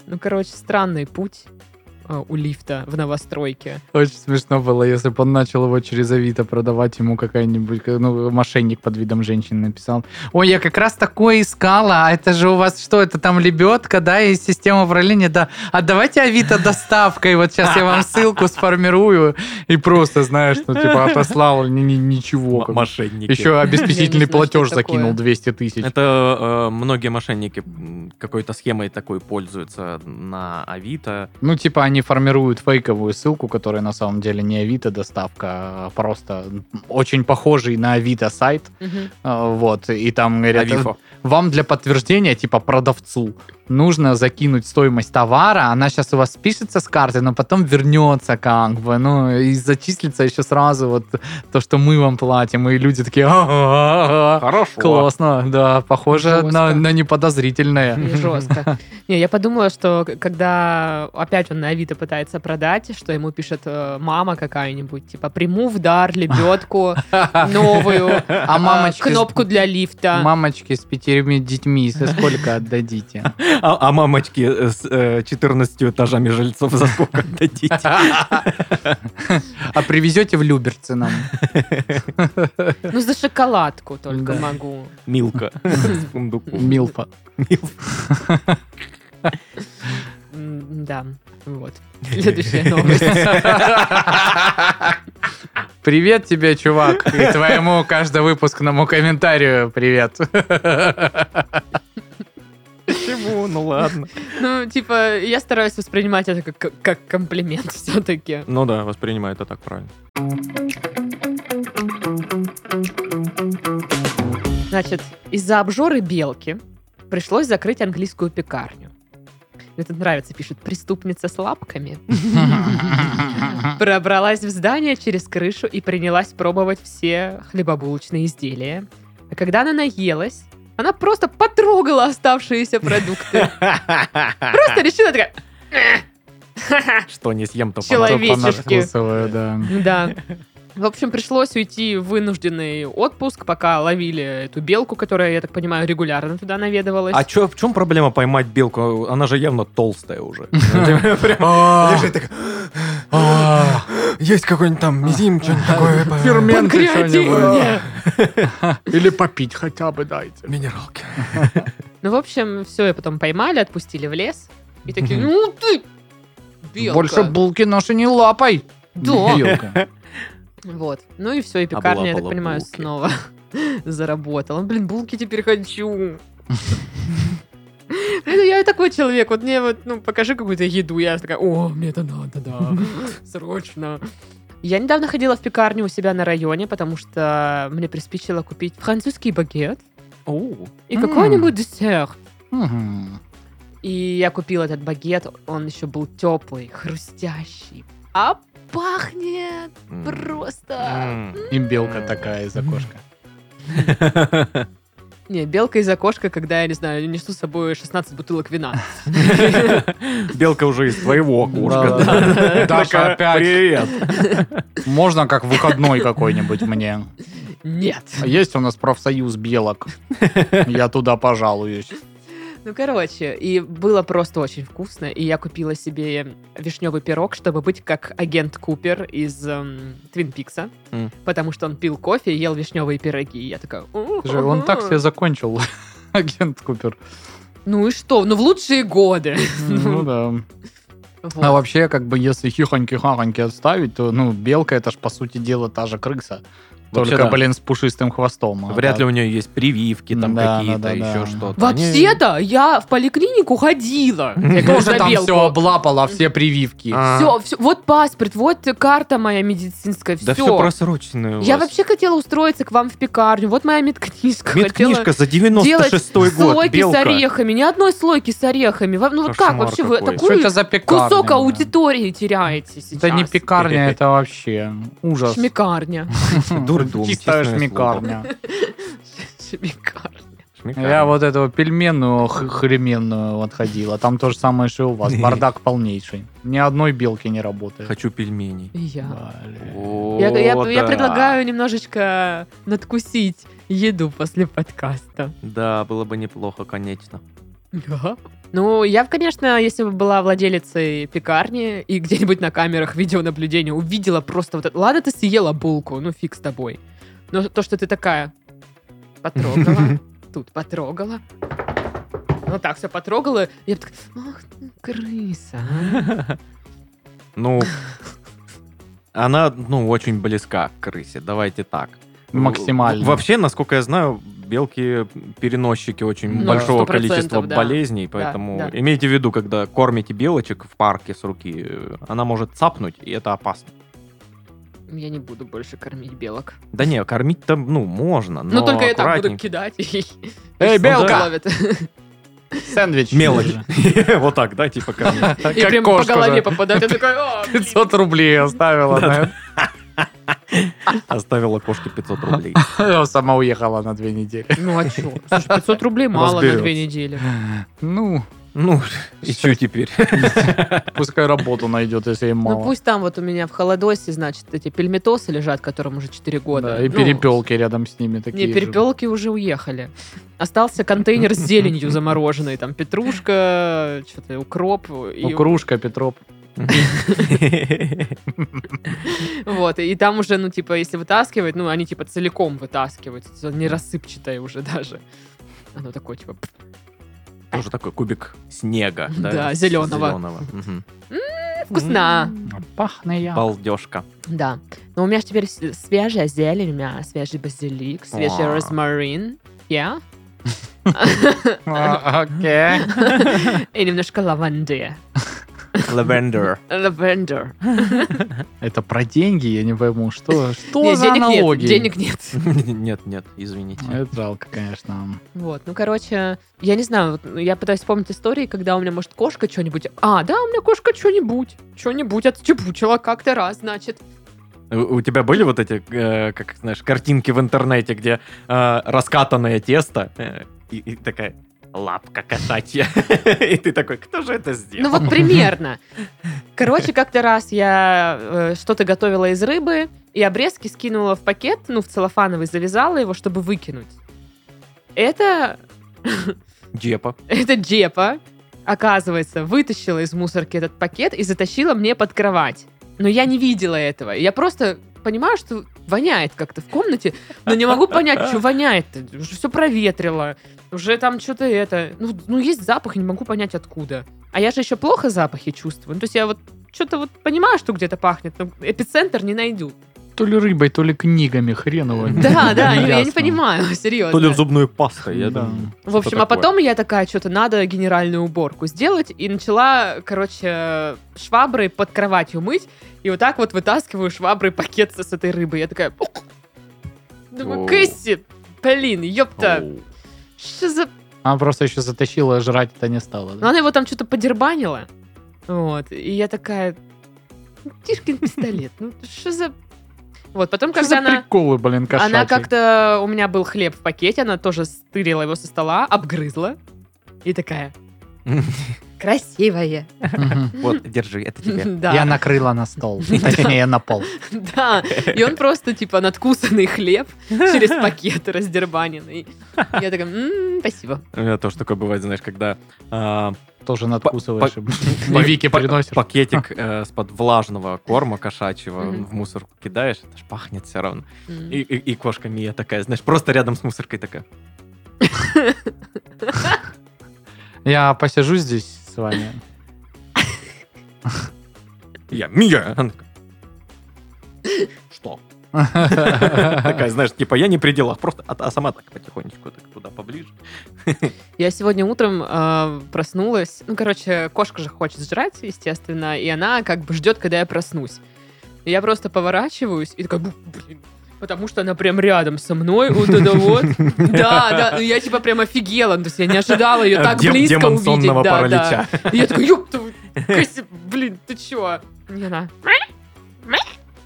S1: Ну, короче, странный путь э, у лифта в новостройке.
S3: Очень смешно было, если бы он начал его через Авито продавать, ему какая-нибудь, э, ну, мошенник под видом женщины написал. Ой, я как раз такое искала, а это же у вас что, это там лебедка, да, и система управления, да. А давайте Авито доставкой, вот сейчас я вам ссылку сформирую. И просто, знаешь, ну, типа, отослал ни- ни- ничего.
S2: М-
S3: как бы.
S2: Мошенники.
S3: Еще обеспечительный
S1: Я не знаю, что
S3: платеж
S1: это
S3: закинул
S1: такое.
S3: 200 тысяч.
S2: Это э, многие мошенники м, какой-то схемой такой пользуются на Авито.
S3: Ну, типа, они формируют фейковую ссылку, которая на самом деле не Авито доставка, а просто очень похожий на Авито сайт.
S1: Мгм.
S3: А, Вот, и там говорят,
S2: Авифо.
S3: вам для подтверждения, типа, продавцу нужно закинуть стоимость товара, она сейчас у вас спишется с карты, но потом вернется как бы, ну, и зачислится еще сразу вот то, что мы вам платим, и люди такие, «Ага, ага,
S2: Хорошо.
S3: классно, да, похоже на,
S1: Жестко.
S3: на неподозрительное.
S1: И жестко. Не, я подумала, что к- когда опять он на Авито пытается продать, что ему пишет э, мама какая-нибудь, типа, приму в дар лебедку новую,
S3: А
S1: э,
S3: мамочки с-
S1: кнопку для лифта.
S3: Мамочки с пятерыми детьми, за сколько отдадите?
S2: А, а мамочки э, с э, 14 этажами жильцов за сколько дадите?
S3: А привезете в Люберцы нам?
S1: Ну, за шоколадку только
S3: Да.
S1: могу.
S2: Милка. С фундуком.
S3: Милфа.
S1: М, Да, вот. Следующая новость.
S3: Привет тебе, чувак, и твоему каждовыпускному комментарию привет.
S2: Почему? Ну ладно.
S1: Ну, типа, я стараюсь воспринимать это как- как комплимент все-таки.
S2: Ну да, воспринимаю это так правильно.
S1: Значит, из-за обжоры белки пришлось закрыть английскую пекарню. Мне тут нравится, пишет, преступница с лапками пробралась в здание через крышу и принялась пробовать все хлебобулочные изделия. А когда она наелась, она просто потрогала оставшиеся продукты. Просто решила такая,
S2: Что не съем, то
S1: Человек.
S2: потом.
S3: Кто
S1: Человечешки.
S3: понадкусываю, да.
S1: Да. В общем, пришлось уйти в вынужденный отпуск, пока ловили эту белку, которая, я так понимаю, регулярно туда наведывалась.
S2: А чё, в чем проблема поймать белку? Она же явно толстая уже. Прям лежит такая,
S3: А,
S2: Есть какой-нибудь там мизим, что-нибудь такое. по-
S3: Ферменты
S1: Панкреатит
S3: что-нибудь.
S1: мне!
S3: Или попить хотя бы дайте.
S2: Минералки.
S1: Ну, в общем, все, и потом поймали, отпустили в лес. И такие, ну ты, белка.
S3: Больше булки наши не А лапай.
S1: Да.
S3: Белка.
S1: Вот. Ну и все, и пекарня, я так
S2: Облапала
S1: понимаю,
S2: булки.
S1: снова заработала. Блин, булки теперь хочу. Блин, я такой человек, вот мне вот, ну, покажи какую-то еду, я такая, о, мне это надо, да, срочно. Я недавно ходила в пекарню у себя на районе, потому что мне приспичило купить французский багет,
S2: Оу.
S1: И
S3: М.
S1: какой-нибудь десерт.
S3: Мгм.
S1: И я купил этот багет, он еще был теплый, хрустящий. А пахнет
S2: М.
S1: просто...
S2: М.
S3: И белка такая из окошка.
S1: Не, белка из окошка, когда, я не знаю, несу с собой 16 бутылок вина.
S2: Белка уже из твоего окошка.
S3: Да-да.
S2: да.
S3: Даша
S2: Такая,
S3: опять.
S2: Привет.
S3: Можно как выходной какой-нибудь мне. А
S1: Нет.
S3: Есть у нас профсоюз белок. Я туда пожалуюсь.
S1: Ну, короче, и было просто очень вкусно. И я купила себе вишневый пирог, чтобы быть как агент Купер из эм, Твин Пикса.
S2: М.
S1: Потому что он пил кофе и ел вишневые пироги. И я такая... «О,
S3: Слушай, он так
S1: ага».
S3: себе закончил, агент Купер.
S1: Ну и что? Ну, в лучшие годы.
S3: Ну да.
S1: Вот.
S3: А вообще, как бы, если хихоньки-хахоньки отставить, то, ну, белка это ж, по сути дела, та же крыса.
S2: Вообще
S3: Только,
S2: да.
S3: блин, с пушистым хвостом. А
S2: Вряд
S3: так-
S2: ли у нее есть прививки там
S3: Да, да,
S2: какие-то,
S3: да,
S2: еще
S3: да.
S2: что-то.
S1: Вообще-то я в поликлинику ходила. Я говорю,
S3: Тоже
S1: за
S3: там
S1: белку.
S3: все облапало, все прививки.
S2: А.
S1: Всё, всё. Вот паспорт, вот карта моя медицинская, все.
S2: Да все просроченное у
S1: Я
S2: вас.
S1: вообще хотела устроиться к вам в пекарню. Вот моя медкнижка.
S2: Медкнижка за
S1: Хотела делать
S2: 96-й год.
S1: слойки с
S2: Белка.
S1: орехами. Ни одной слойки с орехами. Вам- Ну вот как
S2: Кошмар
S1: вообще вы
S2: какой.
S3: Что
S1: такую
S3: это за пекарня?
S1: кусок
S3: да?
S1: аудитории теряете сейчас?
S3: Это не пекарня, это вообще ужас. Хм.
S1: Шмекарня.
S2: Дурдом,
S3: Чистая
S2: честное
S3: шмекарня.
S1: Шмекарня.
S3: Я вот этого пельменную х- хременную вот ходила. Там то же самое, что и у вас. Бардак полнейший. Ни одной белки не работает.
S2: Хочу пельменей.
S1: И Я.
S3: Блин.
S1: Я, я-
S2: О,
S1: я
S2: да.
S1: предлагаю немножечко надкусить еду после подкаста.
S2: Да, было бы неплохо, конечно.
S1: Ну, я, б, конечно, если бы была владелицей пекарни и где-нибудь на камерах видеонаблюдения увидела просто вот это. Ладно, ты съела булку, ну фиг с тобой. Но то, что ты такая потрогала, тут потрогала, вот так все потрогала, я бы такая, ах ты крыса. а».
S2: Ну, она, ну, очень близка к крысе, давайте так. Ну,
S3: Максимально.
S2: Вообще, насколько я знаю, белки переносчики очень
S3: Ну,
S2: большого
S1: 100%,
S2: количества
S1: да.
S2: болезней, поэтому
S1: да.
S2: имейте в виду, когда кормите белочек в парке с руки, э, она может цапнуть, и это опасно.
S1: Я не буду больше кормить белок.
S2: Да не, кормить там, ну, можно, но
S1: Ну, только я так буду
S2: аккуратненько.
S1: кидать. и-
S3: Эй,
S1: и
S3: белка!
S1: снова ловят.
S3: Сэндвич.
S2: Мелочь. Вот так, да, типа кормить.
S1: И
S3: Как
S1: прям по
S3: кошка,
S1: голове
S3: да.
S1: попадает. Я такой, «О, блин».
S3: 500 рублей оставила. на
S2: Оставила кошке 500 рублей.
S3: это. Сама уехала на две недели.
S1: Ну, а что? Слушай, 500 рублей мало на две
S2: Разберётся.
S1: недели.
S3: Ну,
S2: Ну, и что теперь?
S3: пускай работу найдет, если ей
S1: Ну
S3: мало.
S1: пусть там вот у меня в холодосе, значит, эти пельметосы лежат, которым уже 4 года.
S3: Да, и
S1: Ну,
S3: перепелки рядом с ними такие
S1: Не,
S3: же.
S1: перепелки уже уехали. Остался контейнер с зеленью замороженной. Там петрушка, что-то укроп.
S3: Ну,
S1: и-
S3: кружка, Петроп.
S1: Вот, и там уже, ну, типа, если вытаскивать, ну, они, типа, целиком вытаскивают. всё Не рассыпчатое уже даже. Оно такое, типа, пф,
S2: Тоже такой кубик снега.
S1: Да, зелёного.
S2: Зеленого.
S1: вкусно.
S3: Пахнет.
S2: Балдежка.
S1: Да. Но у меня же теперь с- свежая зелень, у меня свежий базилик, свежий
S2: А.
S1: розмарин. Я.
S3: А, Окей.
S1: И немножко лаванды.
S2: Лавендер.
S1: Лавендер.
S3: Это про деньги, я не пойму, что, что
S1: Нет,
S3: за аналогии?
S1: денег нет, денег нет.
S2: Нет, нет, извините.
S3: Это жалко, конечно.
S1: Вот, ну, короче, я не знаю, вот, ну, я пытаюсь вспомнить истории, когда у меня, может, кошка что-нибудь... А, да, у меня кошка что-нибудь, что-нибудь отчебучила как-то раз, значит.
S2: У у тебя были вот эти, э, как знаешь, картинки в интернете, где э, раскатанное тесто э, и- и такая лапка кошачья. И ты такой, кто же это
S1: Ну,
S2: сделал?
S1: вот примерно. Короче, как-то раз я э, что-то готовила из рыбы, и обрезки скинула в пакет, ну, в целлофановый, завязала его, чтобы выкинуть. Это
S2: Джепа.
S1: Это Джепа, оказывается, вытащила из мусорки этот пакет и затащила мне под кровать. Но я не видела этого. Я просто понимаю, что воняет как-то в комнате, но не могу понять, что воняет-то. Уже все проветрило. Уже там что-то это... Ну, ну, есть запах, не могу понять, откуда. А я же еще плохо запахи чувствую. Ну, То есть я вот что-то вот понимаю, что где-то пахнет, но эпицентр не найду.
S3: То ли рыбой, то ли книгами хреново.
S1: Да, да, я не
S3: Ясно.
S1: понимаю, серьезно.
S2: То ли в зубную пасту, я
S3: Да.
S2: думаю.
S1: В общем,
S2: Что
S1: а
S2: такое?
S1: потом я такая, что-то надо генеральную уборку сделать, и начала, короче, шваброй под кроватью мыть, и вот так вот вытаскиваю шваброй пакет с с этой рыбой. Я такая... «Ух». Думаю,
S2: Оу.
S1: Кэсси, блин, ёпта.
S2: Оу.
S1: Что за...
S3: Она просто еще затащила, жрать это не стала. да.
S1: Ну, она его там что-то подербанила. Вот. И я такая... «Ну, Тишкин пистолет. Ну, что за... Вот, потом,
S3: Что
S1: Ну, когда
S3: за
S1: она...
S3: приколы, блин, кошачьи?
S1: Она как-то... У меня был хлеб в пакете, она тоже стырила его со стола, обгрызла. И такая... Красивая.
S3: Мгм.
S2: Вот, держи, это тебе.
S1: Да.
S3: Я накрыла на стол, точнее, на пол.
S1: Да, и он просто, типа, надкусанный хлеб через пакет раздербаненный. Я такая, «М, спасибо.
S2: У меня тоже такое бывает, знаешь, когда а,
S3: Тоже надкусываешь.
S2: Па-
S3: и- И Вики
S2: пак-
S3: приносишь.
S2: пакетик э, с под влажного корма кошачьего
S1: Мгм.
S2: в мусорку кидаешь, это ж пахнет все равно.
S1: М.
S2: И, и- и кошка Мия такая, знаешь, просто рядом с мусоркой такая.
S3: Я посижу здесь с вами.
S2: Я Мия! Она такая, Что? Такая, знаешь, типа, я не при делах, просто, а, а сама так потихонечку так туда поближе.
S1: Я сегодня утром э, проснулась. Ну, короче, кошка же хочет жрать, естественно, и она как бы ждет, когда я проснусь. И я просто поворачиваюсь и такая, «Бу, блин, потому что она прям рядом со мной, вот это вот. Да, да, ну я типа прям офигела, ну, то есть я не ожидала ее так
S2: Дем-
S1: близко
S2: Э, демон
S1: увидеть.
S2: сонного
S1: да, да.
S2: паралича.
S1: И я такой, ёб твою, Кася, блин, ты чё? Не она.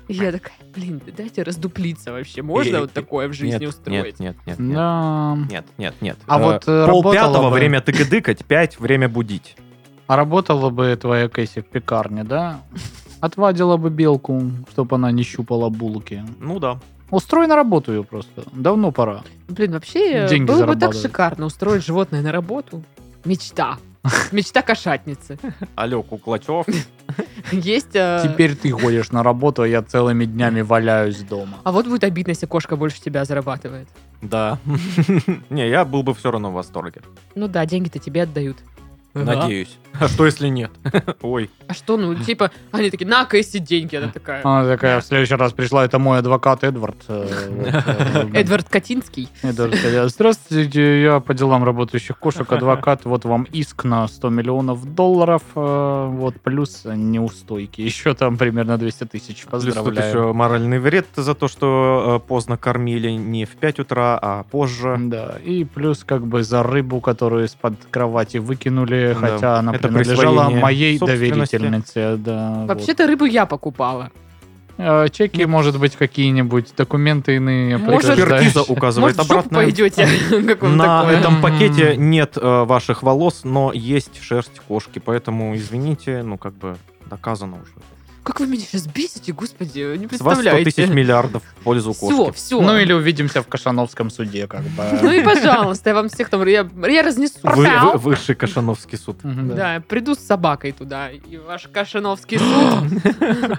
S1: И я такая, блин, да дайте раздуплиться вообще. Можно
S2: Э,
S1: вот такое в жизни
S2: Нет,
S1: устроить?
S2: Нет, нет, нет. нет.
S3: Да.
S2: Нет, нет, нет.
S3: А
S2: Э,
S3: вот, э,
S2: пол
S3: работала
S2: пятого
S3: бы.
S2: время тыкадыкать, пять время будить.
S3: А работала бы твоя Кэсси в пекарне, да? Отвадила бы белку, чтобы она не щупала булки.
S2: Ну да.
S3: Устрой на работу ее просто. Давно пора.
S1: Блин, вообще э,
S3: Деньги
S1: было бы так
S3: зарабатывать.
S1: шикарно устроить животное на работу. Мечта. Мечта кошатницы.
S2: Алло, Куклачев.
S1: Есть... э,
S3: Теперь ты ходишь на работу, а я целыми днями валяюсь дома.
S1: А вот будет обидно, если кошка больше тебя зарабатывает.
S2: Да. Не, я был бы все равно в восторге.
S1: Ну да, деньги-то тебе отдают.
S2: Надеюсь. А что, если нет? Ой.
S1: А что, ну, типа, они такие, на, Кэсси, деньги. Она такая,
S2: А,
S3: Она такая, в следующий раз пришла, это мой адвокат Эдвард. э, вот, э,
S1: Эдвард Катинский.
S3: Эдвард сказал, Здравствуйте, я по делам работающих кошек, адвокат, вот вам иск на 100 миллионов долларов, э, вот, плюс неустойки, еще там примерно 200 тысяч,
S2: Плюс тут
S3: поздравляю.
S2: еще моральный вред за то, что э, поздно кормили не в 5 утра, а позже.
S3: Да, и плюс как бы за рыбу, которую из-под кровати выкинули,
S2: Да.
S3: хотя она
S2: Это
S3: принадлежала
S2: присвоение
S3: моей
S2: собственности.
S3: доверительнице. Да, вот.
S1: Вообще-то рыбу я покупала.
S3: Э,
S2: Ну.
S3: Чеки, может быть, какие-нибудь, документы иные.
S1: Может-
S2: Экспертиза
S3: подтверждающие.
S2: указывает
S1: Может, в жопу
S2: обратно.
S1: пойдете? Как вам
S2: На
S1: такое?
S2: этом
S3: М.
S2: пакете нет э, ваших волос, но есть шерсть кошки, поэтому извините, ну как бы доказано уже.
S1: Как вы меня сейчас бесите, господи, не
S2: С вас 100
S1: представляете.
S2: тысяч миллиардов в пользу
S1: Все,
S2: кошки.
S1: все.
S3: Ну или увидимся в Кашановском суде, как
S1: Ну и
S3: бы.
S1: пожалуйста, я вам всех там, я, я разнесу.
S2: Вы- вы- высший Кашановский суд.
S3: Мгм, да.
S1: Да, я приду с собакой туда, и ваш Кашиновский суд.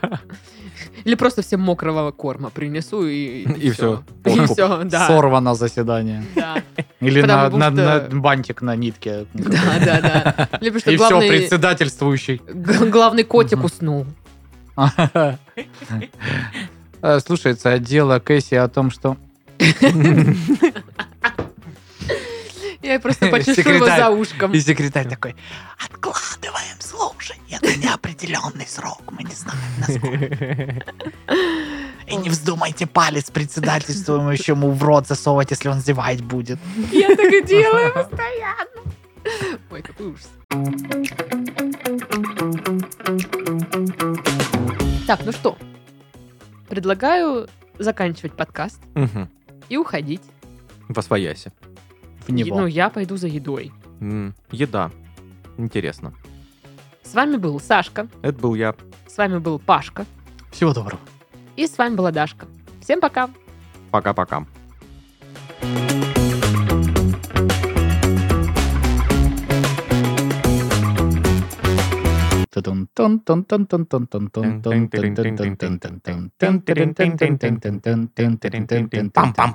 S1: Или просто всем мокрого корма принесу и...
S2: И всё.
S1: И
S2: Подкуп.
S1: все, да.
S3: Сорвано заседание.
S1: Да,
S3: Или на,
S1: Потому
S3: на-
S1: что-
S3: на бантик на нитке.
S1: да, да. да. Либо что
S3: И все,
S1: главный...
S3: председательствующий.
S1: г- Главный котик
S3: Мгм.
S1: уснул.
S3: Э, Слушается дело Кэсси о том, что...
S1: Я просто почешу его
S3: Секретарь.
S1: за ушком.
S3: И секретарь такой,
S4: Откладываем слушание на неопределенный срок. Мы не знаем, насколько. И не вздумайте палец председательствующему в рот засовывать, если он зевать будет.
S1: Я так и делаю постоянно. Ой, какой ужас. Так, ну что, предлагаю заканчивать подкаст
S2: Мгм.
S1: и уходить.
S2: Восвояси.
S3: в него.
S1: Ну, я пойду за едой.
S2: М, Еда. Интересно.
S1: С вами был Сашка,
S2: Это был я.
S1: с вами был Пашка
S3: Всего доброго.
S1: и с вами была Дашка. Всем пока!
S2: Пока-пока.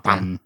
S4: Пам-пам-пам.